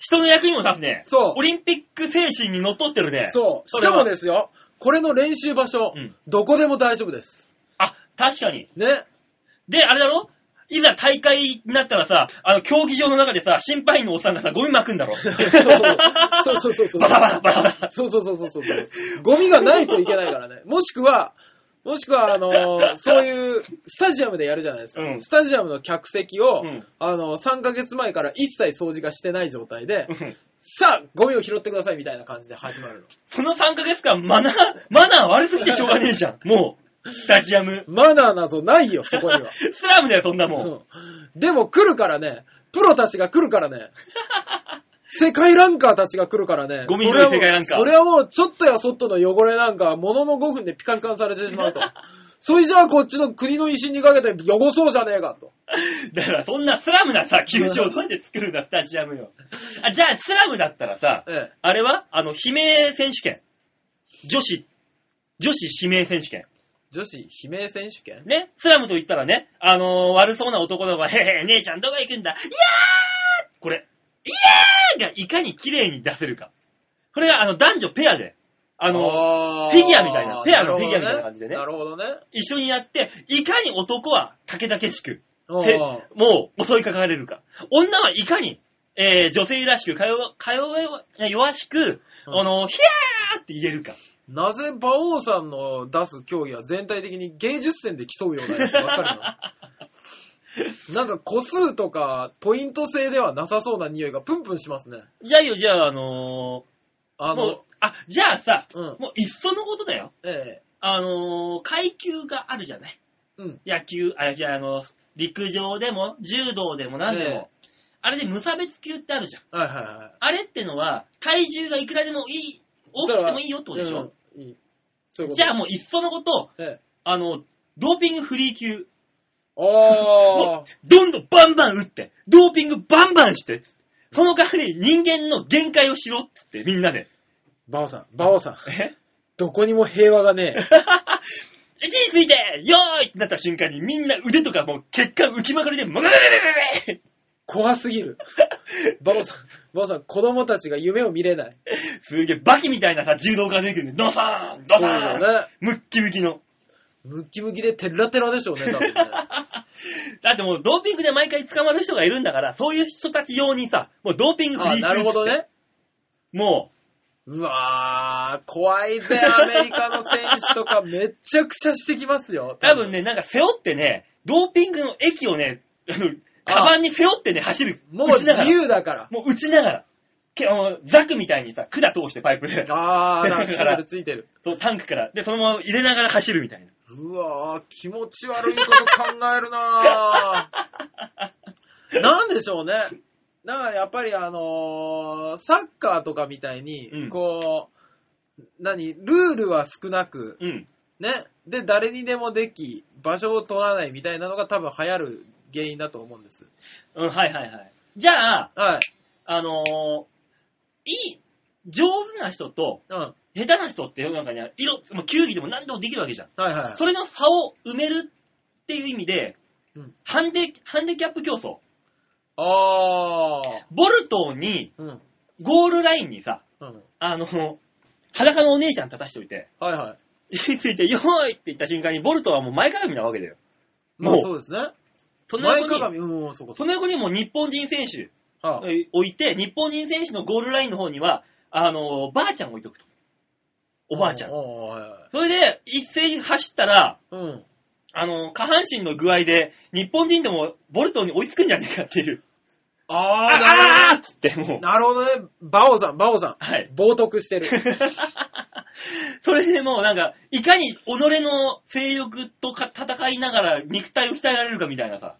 Speaker 3: 人の役にも立つね。
Speaker 2: そう
Speaker 3: オリンピック精神にのっとってるね。
Speaker 2: そう。し
Speaker 3: それ
Speaker 2: か
Speaker 3: は
Speaker 2: もですよ、これの練習場所、
Speaker 3: うん
Speaker 2: どこでも大丈夫です。
Speaker 3: あ、確かに。
Speaker 2: ね。
Speaker 3: で、あれだろいざ大会になったらさ、あの、競技場の中でさ、審判員のおっさんがさ、ゴミ巻くんだろ。
Speaker 2: そうそうそうそう
Speaker 3: バ。バババババ。
Speaker 2: そうそうそうそうそうそう。ゴミがないといけないからね。もしくは、もしくは、あのーそういう、スタジアムでやるじゃないですか。
Speaker 3: うん
Speaker 2: スタジアムの客席を、
Speaker 3: うん
Speaker 2: あのー3ヶ月前から一切掃除がしてない状態で、
Speaker 3: うん
Speaker 2: さあ、ゴミを拾ってくださいみたいな感じで始まるの。
Speaker 3: その3ヶ月間、マナー、マナー悪すぎてしょうがねえじゃん。もう、スタジアム。
Speaker 2: マナーなぞないよ、そこには。
Speaker 3: スラムだよ、そんなもん。
Speaker 2: うんでも来るからね、プロたちが来るから ね、世界ランカーたちが来るからね、
Speaker 3: ゴミ拾い
Speaker 2: それはも
Speaker 3: 世
Speaker 2: う
Speaker 3: 界ランカー
Speaker 2: それはもうちょっとやそっとの汚れなんか、ものの5分でピカピカにされて しまうと。それじゃあこっちの国の威信にかけて汚そうじゃねえかと。
Speaker 3: だから、そんなスラムなさ、球場をどうやって作るんだ、スタジアムよ。あ、じゃあ、スラムだったらさ、
Speaker 2: ええ
Speaker 3: あれはあの、悲鳴選手権。女子、女子悲鳴選手権。
Speaker 2: 女子悲鳴選手権
Speaker 3: ね、スラムと言ったらね、あのー悪そうな男の子が、へへ、姉ちゃんどこ行くんだいやーこれ、いやーがいかに綺麗に出せるか。これが、あの、男女ペアで、あ
Speaker 2: あ
Speaker 3: の
Speaker 2: ー
Speaker 3: フィギュアみたいなペアのフィギュアみたいな
Speaker 2: るほど
Speaker 3: 感じでね
Speaker 2: なるほどね。
Speaker 3: 一緒にやって、いかに男は竹々しく、
Speaker 2: うん
Speaker 3: てもう襲いかかれるか。女はいかに、えー、女性らしく、かよ、かよよ、弱しく、
Speaker 2: うん
Speaker 3: あの、ヒヤーって言えるか。
Speaker 2: なぜ馬王さんの出す競技は全体的に芸術点で競うようなやつばっかりなのなんか個数とかポイント制ではなさそうな匂いがプンプンしますね。
Speaker 3: じゃあよ、じゃあ、あのー
Speaker 2: あ
Speaker 3: も
Speaker 2: の
Speaker 3: う、、あ、じゃあさ、
Speaker 2: うん、
Speaker 3: もういっそのことだよ。
Speaker 2: ええ
Speaker 3: あのー階級があるじゃない。
Speaker 2: うん
Speaker 3: 野球、あ、じゃあ、あの、陸上でも、柔道でも何でも、
Speaker 2: ええ
Speaker 3: あれで無差別級ってあるじゃん。
Speaker 2: はいはいはい。
Speaker 3: あれってのは、体重がいくらでもいい、大きくてもいいよってことでしょ。
Speaker 2: うんいいそういうこと
Speaker 3: じゃあもういっそのこと、
Speaker 2: ええ
Speaker 3: あの、ドーピングフリー級、
Speaker 2: あー
Speaker 3: どんどんバンバン打って、ドーピングバンバンして、その代わり人間の限界をしろっつってみんなで。
Speaker 2: 馬王さん、馬王さん、
Speaker 3: え
Speaker 2: どこにも平和がね
Speaker 3: 位
Speaker 2: え。
Speaker 3: 置について、よーいってなった瞬間にみんな腕とかもう血管浮きまくりで、もぐれれれれれ
Speaker 2: 怖すぎる。馬王さん、馬王さん、子供たちが夢を見れない。
Speaker 3: すげえバキみたいなさ、柔道家出てくるんで、ドサーンドサ
Speaker 2: そう
Speaker 3: ーン、
Speaker 2: だね。
Speaker 3: ムッキムキの。
Speaker 2: ムッキムキでテラテラでしょうね、多分ね。
Speaker 3: だってもうドーピングで毎回捕まる人がいるんだから、そういう人たち用にさ、もうドーピングフリー
Speaker 2: あ
Speaker 3: 級
Speaker 2: なるほどね。
Speaker 3: も
Speaker 2: うわー、怖いぜ、アメリカの選手とか、めっちゃくちゃしてきますよ
Speaker 3: う、。 多分。ね、なんか背負ってね、ドーピングの液をね、あの、カバンに背負ってね、走る。
Speaker 2: もう
Speaker 3: 打ちながら
Speaker 2: 自由 だから。
Speaker 3: もう打ちながら。けあのザクみたいにさ、管通してパイプで、
Speaker 2: あー、なん
Speaker 3: だ
Speaker 2: か
Speaker 3: か
Speaker 2: つ
Speaker 3: ら
Speaker 2: るついてる。
Speaker 3: そうタンクから。で、そのまま入れながら走るみたいな。
Speaker 2: うわー、気持ち悪いこと考えるな ー。なんでしょうね。だからやっぱりあのーサッカーとかみたいに、
Speaker 3: うん
Speaker 2: こう、何、ルールは少なく、
Speaker 3: うん。
Speaker 2: ね、で、誰にでもでき、場所を取らないみたいなのが多分流行る原因だと思うんです。
Speaker 3: うん、はいはいはい。じゃあ、
Speaker 2: はい。
Speaker 3: あのーいい、上手な人と、
Speaker 2: うん。はい
Speaker 3: 下手な人って世の中には、色、まあ球技でも何でもできるわけじゃん。
Speaker 2: はい。
Speaker 3: それの差を埋めるっていう意味で、
Speaker 2: うん
Speaker 3: ハンデ、ハンデキャップ競争。
Speaker 2: ああ。
Speaker 3: ボルトに、
Speaker 2: うん。
Speaker 3: ゴールラインにさ、
Speaker 2: うん。
Speaker 3: あの、裸のお姉ちゃん立たしておいて、
Speaker 2: はいはい。
Speaker 3: について、よーいって言った瞬間に、ボルトはもう前かがみなわけだよ。
Speaker 2: ま
Speaker 3: も
Speaker 2: あ
Speaker 3: う
Speaker 2: そうですね。
Speaker 3: その
Speaker 2: 前
Speaker 3: 横
Speaker 2: かが
Speaker 3: に、
Speaker 2: み、うん、そうかそ
Speaker 3: そうの横にもう日本人選手
Speaker 2: か。はあ、
Speaker 3: 置いて、日本人選手のゴールラインの方には、あの、ばあちゃん置いとくと。おばあちゃん
Speaker 2: う。おはいはい。
Speaker 3: それで、一斉に走ったら、
Speaker 2: うん。
Speaker 3: あの、下半身の具合で、日本人でもボルトに追いつくんじゃねえかっていう。あ
Speaker 2: あ
Speaker 3: あ
Speaker 2: あ、な
Speaker 3: ー
Speaker 2: る
Speaker 3: っつって、も
Speaker 2: ほ
Speaker 3: う
Speaker 2: ど。。なるほどね。バオさん、バオさん。
Speaker 3: はい。
Speaker 2: 冒涜してる。
Speaker 3: それでもうなんか、いかに己の性欲とか戦いながら肉体を鍛えられるかみたいなさ。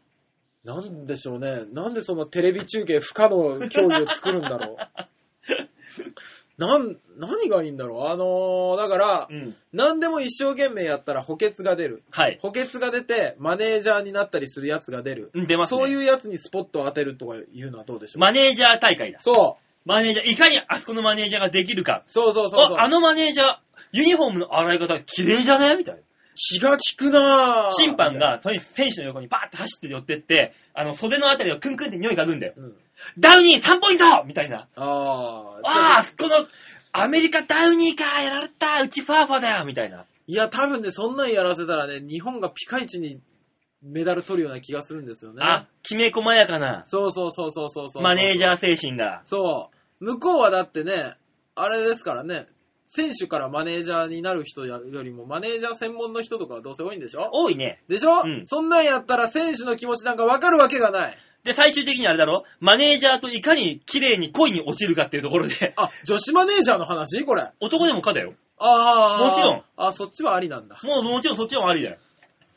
Speaker 2: なんでしょうね。なんでそのテレビ中継不可の競技を作るんだろう。なん、何がいいんだろうあのー、だから、
Speaker 3: うん。
Speaker 2: 何でも一生懸命やったら補欠が出る。
Speaker 3: はい。
Speaker 2: 補欠が出て、マネージャーになったりするやつが出る。
Speaker 3: うん出ます、ね。
Speaker 2: そういうやつにスポットを当てるとかいうのはどうでしょう、
Speaker 3: マネージャー大会だ。
Speaker 2: そう。
Speaker 3: マネージャー、いかにあそこのマネージャーができるか。
Speaker 2: そうそうそうそう。
Speaker 3: あ、あのマネージャー、ユニフォームの洗い方綺麗じゃねみたいな。
Speaker 2: 気が利くなぁ
Speaker 3: 審判、が、その選手の横にバーって走って寄ってって、あの、袖のあたりをクンクンって匂い嗅ぐんだよ。
Speaker 2: うん、
Speaker 3: ダウニー3ポイントみたいな。
Speaker 2: あ
Speaker 3: ああ、
Speaker 2: あ。
Speaker 3: この、アメリカダウニーかやられたうちファーファーだよみたいな。
Speaker 2: いや、多分ね、そんなんやらせたらね、日本がピカイチにメダル取るような気がするんですよね。
Speaker 3: あ、きめ細やかな、
Speaker 2: そうそうそうそうそうそう。
Speaker 3: マネージ
Speaker 2: ー。
Speaker 3: ャー精神が。
Speaker 2: そう。向こうはだってね、あれですからね、選手からマネージャーになる人よりも、マネージャー専門の人とかはどうせ多いんでしょ
Speaker 3: 多いね。
Speaker 2: でしょ、
Speaker 3: うん
Speaker 2: そんなんやったら選手の気持ちなんかわかるわけがない。
Speaker 3: で、最終的にあれだろマネージャーといかに綺麗に恋に落ちるかっていうところ で、
Speaker 2: あ、女子マネージャーの話これ。
Speaker 3: 男でもかだよ。
Speaker 2: ああ。
Speaker 3: もちろん。
Speaker 2: あ、そっちはありなんだ。
Speaker 3: もうもちろんそっちもありだよ。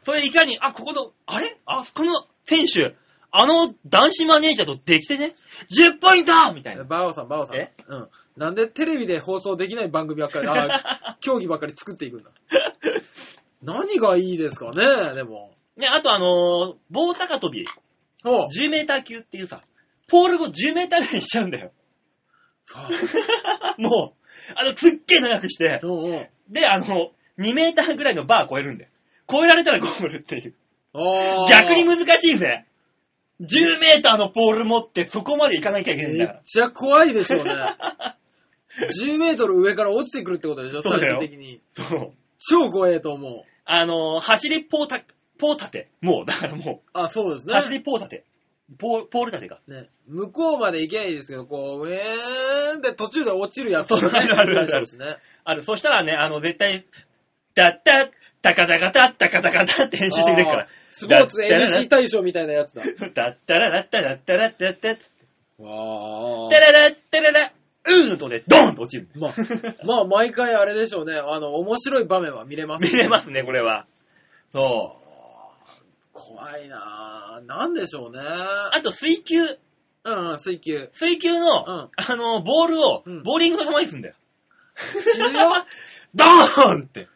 Speaker 3: それいかに、あ、ここの、あれあ、この選手、あの男子マネージャーとできてね、10ポイントみたいな。
Speaker 2: バオさん、バオさん。
Speaker 3: え
Speaker 2: うん。なんでテレビで放送できない番組ばっか り、あー競技ばっかり作っていくんだ。何がいいですかね、でも。
Speaker 3: ね、あとあのー棒高跳び、
Speaker 2: おう
Speaker 3: 10メーター級っていうさ、ポールを10メーターぐらいにしちゃうん だよ。もう、あの、すっげえ長くして、
Speaker 2: お うおう
Speaker 3: で、あの、2メーターぐらいのバー超えるんだよ。超えられたらゴールっていう。
Speaker 2: あー
Speaker 3: 逆に難しいぜ。10メーターのポール持ってそこまで行かなきゃいけないん
Speaker 2: め
Speaker 3: だ
Speaker 2: っ
Speaker 3: から。
Speaker 2: ちゃ怖いでしょう ね。10メートル上から落ちてくるってことでしょ、
Speaker 3: そう
Speaker 2: 最
Speaker 3: だよ
Speaker 2: 終的に。
Speaker 3: そう。
Speaker 2: 超怖えと思う。
Speaker 3: あのー走りポータ、ポー立て。もう、だからも
Speaker 2: あ、そうです
Speaker 3: う、走
Speaker 2: ね。
Speaker 3: りポー立て。ポー、ポール立てか。
Speaker 2: ね、向こうまで行けばいいですけど、こう、えーんって途中で落ちるやつ
Speaker 3: そうあるあるある
Speaker 2: でしょうしね。
Speaker 3: あの、そしたらね、あの、絶対、だった、たかたかた、たかたかたって編集してくれるか
Speaker 2: あ
Speaker 3: ら
Speaker 2: ー。スポーツ NG 大賞みたいなやつだ。
Speaker 3: だったらだったらだったらだったらだったら
Speaker 2: わー
Speaker 3: だらだったらだ、うーの音でドーンと落ちる。
Speaker 2: まあ、まあ、毎回あれでしょうね。あの、面白い場面は見れます、
Speaker 3: 見れますね、これは。そう。
Speaker 2: 怖いなぁ。なんでしょうね。
Speaker 3: あと、水球。
Speaker 2: うん、うん、水球。
Speaker 3: 水球の、
Speaker 2: うん
Speaker 3: あの、ボールを
Speaker 2: うん、
Speaker 3: ボーリングの球にすんだよ。
Speaker 2: 強い
Speaker 3: ドーンって。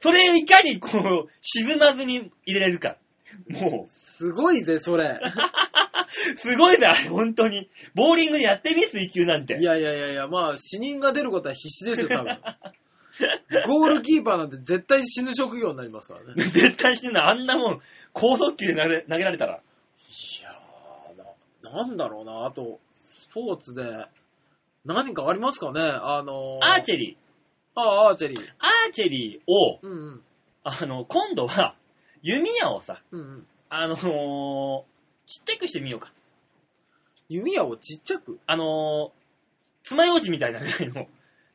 Speaker 3: それいかにこう、沈まずに入れれるか。もう、
Speaker 2: すごいぜ、それ。
Speaker 3: すごいな、あれ、本当に。ボーリングやってみ、水球なんて。
Speaker 2: いやいやいやいや、まあ、死人が出ることは必死ですよ、多分。ゴールキーパーなんて絶対死ぬ職業になりますからね。
Speaker 3: 絶対してんの、あんなもん、高速球で投げ投げられたら。
Speaker 2: いやーな、なんだろうな。あと、スポーツで、何かありますかねあの
Speaker 3: アーチェ
Speaker 2: ェリー。
Speaker 3: リー。
Speaker 2: ああ、アーチェリー。
Speaker 3: アーチェリーを、
Speaker 2: うんうん。
Speaker 3: あの、今度は、弓矢をさ、
Speaker 2: うんうん。
Speaker 3: あのーちっちゃくしてみようか。
Speaker 2: 弓矢をちっちゃく。
Speaker 3: あのー、爪楊枝みたいなぐらいの、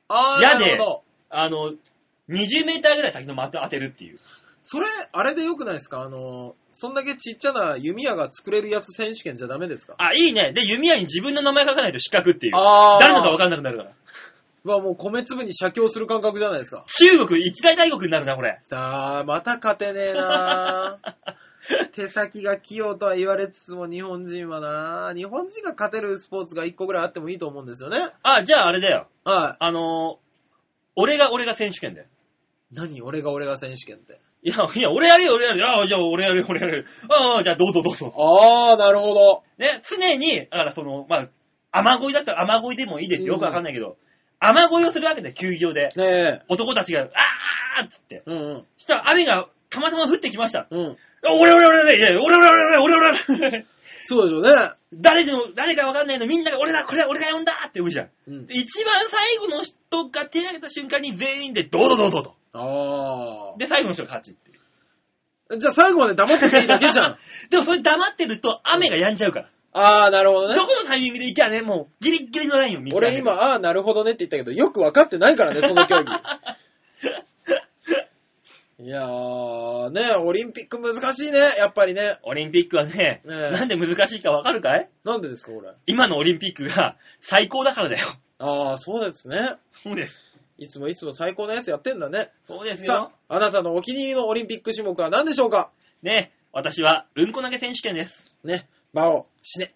Speaker 2: ああ、
Speaker 3: 矢で
Speaker 2: なるほど。
Speaker 3: あの、20メーターぐらい先の的を当てるっていう。
Speaker 2: それ、あれでよくないですかあの、そんだけちっちゃな弓矢が作れるやつ選手権じゃダメですか
Speaker 3: あ、いいね。で、弓矢に自分の名前書かないと失格っていう。
Speaker 2: あ
Speaker 3: 誰のか分
Speaker 2: か
Speaker 3: かんなくなるから。
Speaker 2: る。はもう米粒に写経する感覚じゃないですか。
Speaker 3: 中国一大大国になるな、これ。
Speaker 2: さあ、また勝てねえ な手先が器用とは言われつつも日本人はな日本人が勝てるスポーツが1個ぐらいあってもいいと思うんですよね。
Speaker 3: あ、じゃああれだよ。
Speaker 2: は
Speaker 3: あのー俺が俺が選手権だよ。
Speaker 2: い。何俺が俺が選手権って。
Speaker 3: いや、いや、俺やるよ、俺やるよ。ああ、じゃあ俺やるよ、俺やるよ。ああ、じゃあどうぞどうぞ。
Speaker 2: ああ、なるほど。
Speaker 3: ね、常に、だからその、まあ、雨乞いだったら雨乞いでもいいですよ。
Speaker 2: う
Speaker 3: よ
Speaker 2: ん
Speaker 3: くわかんないけど、雨乞いをするわけだよ、球技場で。
Speaker 2: ねえ。
Speaker 3: 男たちが、ああっつって。
Speaker 2: うんうん。
Speaker 3: そしたら雨がたまたま降ってきました。
Speaker 2: うん。
Speaker 3: あ俺俺俺俺、いや俺俺俺俺俺俺俺
Speaker 2: そうでしょうね。
Speaker 3: 誰でも、誰かわかんないのみんなが俺だ、これだ俺が呼んだって言うじゃん。
Speaker 2: うん
Speaker 3: で。一番最後の人が手を挙げた瞬間に全員でどうぞどうぞと。
Speaker 2: あ
Speaker 3: で、最後の人が勝ちっ ていう。
Speaker 2: あ。じゃあ最後まで黙ってていいだけじゃん。
Speaker 3: でもそれ黙ってると雨が止んじゃうから。
Speaker 2: ああ、なるほどね。
Speaker 3: どこのタイミングで行きゃね、もうギリッギリのラインを見極め
Speaker 2: 俺
Speaker 3: る
Speaker 2: 今、。ああ、なるほどねって言ったけど、よく分かってないからね、その競技。 いやー、ね、オリンピック難しいね、やっぱりね。
Speaker 3: オリンピックはね、
Speaker 2: ねえ
Speaker 3: なんで難しいかわかるかい
Speaker 2: なんでですか、これ。
Speaker 3: 今のオリンピックが最高だからだよ。
Speaker 2: ああ、そうですね。
Speaker 3: そうです。
Speaker 2: いつもいつも最高のやつやってんだね。
Speaker 3: そうですよ
Speaker 2: さ。あ、あなたのお気に入りのオリンピック種目は何でしょうか
Speaker 3: ね、私は、うんこ投げ選手権 です。
Speaker 2: ね、魔王、死ね。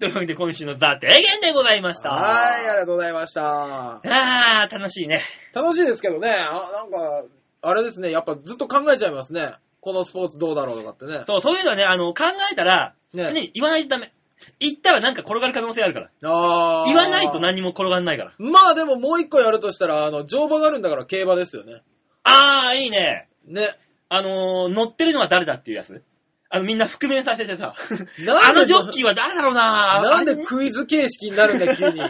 Speaker 3: というわけで、今週のザ・提言でございました。
Speaker 2: はい、ありがとうございまし
Speaker 3: あ
Speaker 2: た。
Speaker 3: ー、楽しいね。
Speaker 2: 楽しいですけどね、あなんか、あれですね、やっぱずっと考えちゃいますね。このスポーツどうだろうとかってね。
Speaker 3: そう、そういうのはね、あの、考えたら、
Speaker 2: ね
Speaker 3: ね、言わないとダメ。言ったらなんか転がる可能性あるから。
Speaker 2: あー
Speaker 3: 言わないと何も転がんないから。
Speaker 2: まあでももう一個やるとしたら、あの、乗馬があるんだから競馬ですよね。
Speaker 3: あー、いいね。
Speaker 2: ね。
Speaker 3: あのー、乗ってるのは誰だっていうやつ。あの、みんな覆面させてさ。
Speaker 2: なんで
Speaker 3: あのジョッキーは誰だろうな
Speaker 2: なんで
Speaker 3: あれね
Speaker 2: クイズ形式になる んだ、急に。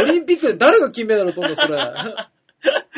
Speaker 2: オリンピックで誰が金メダル取るの、それ。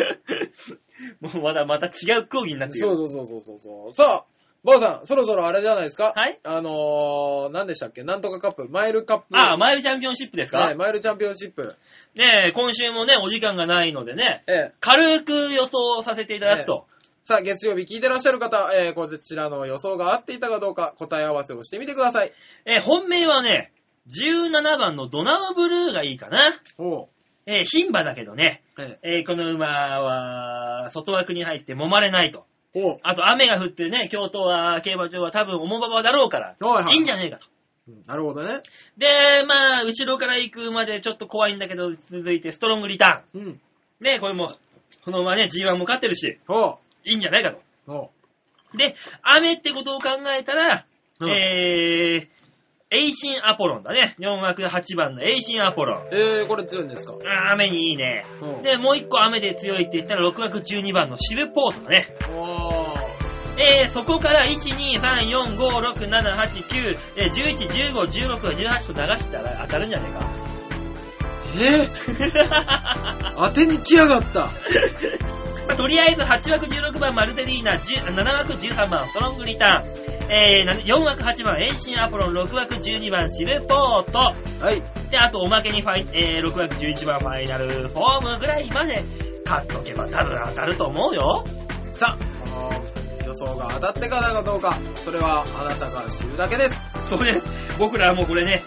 Speaker 3: もうまだまた違う講義になってる。
Speaker 2: そうそうそうそうそうそう。さあ、ばあさん、そろそろあれじゃないですか。
Speaker 3: はい
Speaker 2: あのー、何でしたっけなんとかカップ、マイルカップ。
Speaker 3: あー、マイルチャンピオンシップですか、
Speaker 2: はいマイルチャンピオンシップ。
Speaker 3: ねえ、今週もね、お時間がないのでね、
Speaker 2: ええ。
Speaker 3: 軽く予想させていただくと。
Speaker 2: さあ、月曜日聞いてらっしゃる方、えー、こちらの予想が合っていたかどうか、答え合わせをしてみてください。
Speaker 3: えー本命はね、17番のドナウブルーがいいかな。
Speaker 2: おう。
Speaker 3: えー牝馬だけどね、
Speaker 2: え
Speaker 3: えーこの馬は、外枠に入って揉まれないと。
Speaker 2: え。おう。
Speaker 3: あと、雨が降ってね、京都は、競馬場は多分、重馬場だろうから、
Speaker 2: はいはい
Speaker 3: いんじゃねえかと。
Speaker 2: うんなるほどね。
Speaker 3: で、まあ、後ろから行く馬でちょっと怖いんだけど、続いて、ストロングリタ
Speaker 2: うん。
Speaker 3: ーン。ね、これも、この馬ね、G1 も勝ってるし、
Speaker 2: おう。
Speaker 3: いいんじゃないかと。
Speaker 2: おう。
Speaker 3: で、雨ってことを考えたら、
Speaker 2: うん
Speaker 3: えー、エイシンアポロンだね。4枠8番のエイシンアポロン。
Speaker 2: えー、これ強いんですか
Speaker 3: あー雨にいいね。
Speaker 2: うん
Speaker 3: で、もう一個雨で強いって言ったら6枠12番のシルポートだね。
Speaker 2: おー。
Speaker 3: えー、そこから1、2、3、4、5、6、7、8、9、えー、11、15、16、18と流したら当たるんじゃね
Speaker 2: えー、
Speaker 3: えか。
Speaker 2: 当てに来やがった。
Speaker 3: まあ とりあえず8枠16番マルセリーナ、10 7枠13番ストロングリターン、えー、4枠8番エンシンアポロン、6枠12番シルポート、
Speaker 2: はい。
Speaker 3: で、あとおまけにファイ、えー、6枠11番ファイナルフォームぐらいまで買っとけば多分当たると思うよ。
Speaker 2: さあ、この予想が当たってからかどうか、それはあなたが知るだけです。
Speaker 3: そうです。僕らはもうこれね、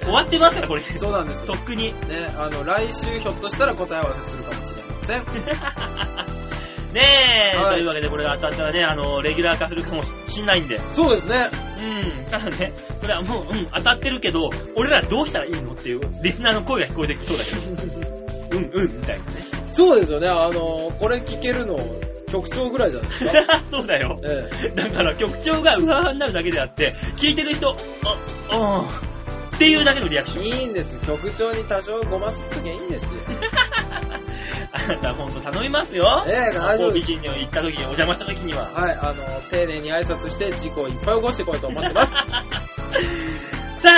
Speaker 3: 終わってますからこれ。
Speaker 2: そうなんです
Speaker 3: と
Speaker 2: よ。
Speaker 3: っくに。
Speaker 2: ね、あの、来週ひょっとしたら答え合わせするかもしれません。
Speaker 3: ねえ、
Speaker 2: はい
Speaker 3: というわけでこれが当たったらね、あの、レギュラー化するかもしんないんで。
Speaker 2: そうですね。
Speaker 3: うん、ただね、これはもう、うん、当たってるけど、俺らどうしたらいいのっていう、リスナーの声が聞こえてきそうだけど、うん、うん、みたいなね。
Speaker 2: そうですよね。あの、これ聞けるの、局長ぐらいじゃないですか。
Speaker 3: そうだよ。
Speaker 2: ええ。
Speaker 3: だから局長がうわーになるだけであって、聞いてる人、あ、うん、っていうだけのリアクション。
Speaker 2: いいんです。局長に多少ごますっときゃいいん ですよ。
Speaker 3: あなたほんと頼みますよ。
Speaker 2: ええ大丈夫
Speaker 3: 神戸
Speaker 2: です
Speaker 3: 神に行った時に、お邪魔した時には。
Speaker 2: はい、あの、丁寧に挨拶して事故をいっぱい起こしてこいと思って ます。
Speaker 3: さ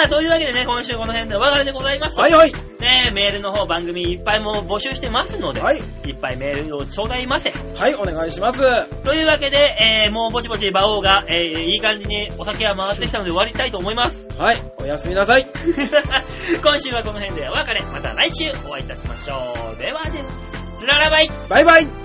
Speaker 3: あ、というわけでね、今週この辺でお別れでございます。
Speaker 2: はいはい。
Speaker 3: ねえ、メールの方番組いっぱいもう募集してますので、
Speaker 2: はい
Speaker 3: い、っぱいメールを頂戴ませ。
Speaker 2: はい、お願いします。
Speaker 3: というわけで、えー、もうぼちぼち馬王が、えー、いい感じにお酒は回ってきたので終わりたいと思います。
Speaker 2: はい、おやすみなさい。
Speaker 3: 今週はこの辺でお別れ。また来週お会いいたしましょう。ではで、ララバイ
Speaker 2: バイバイ。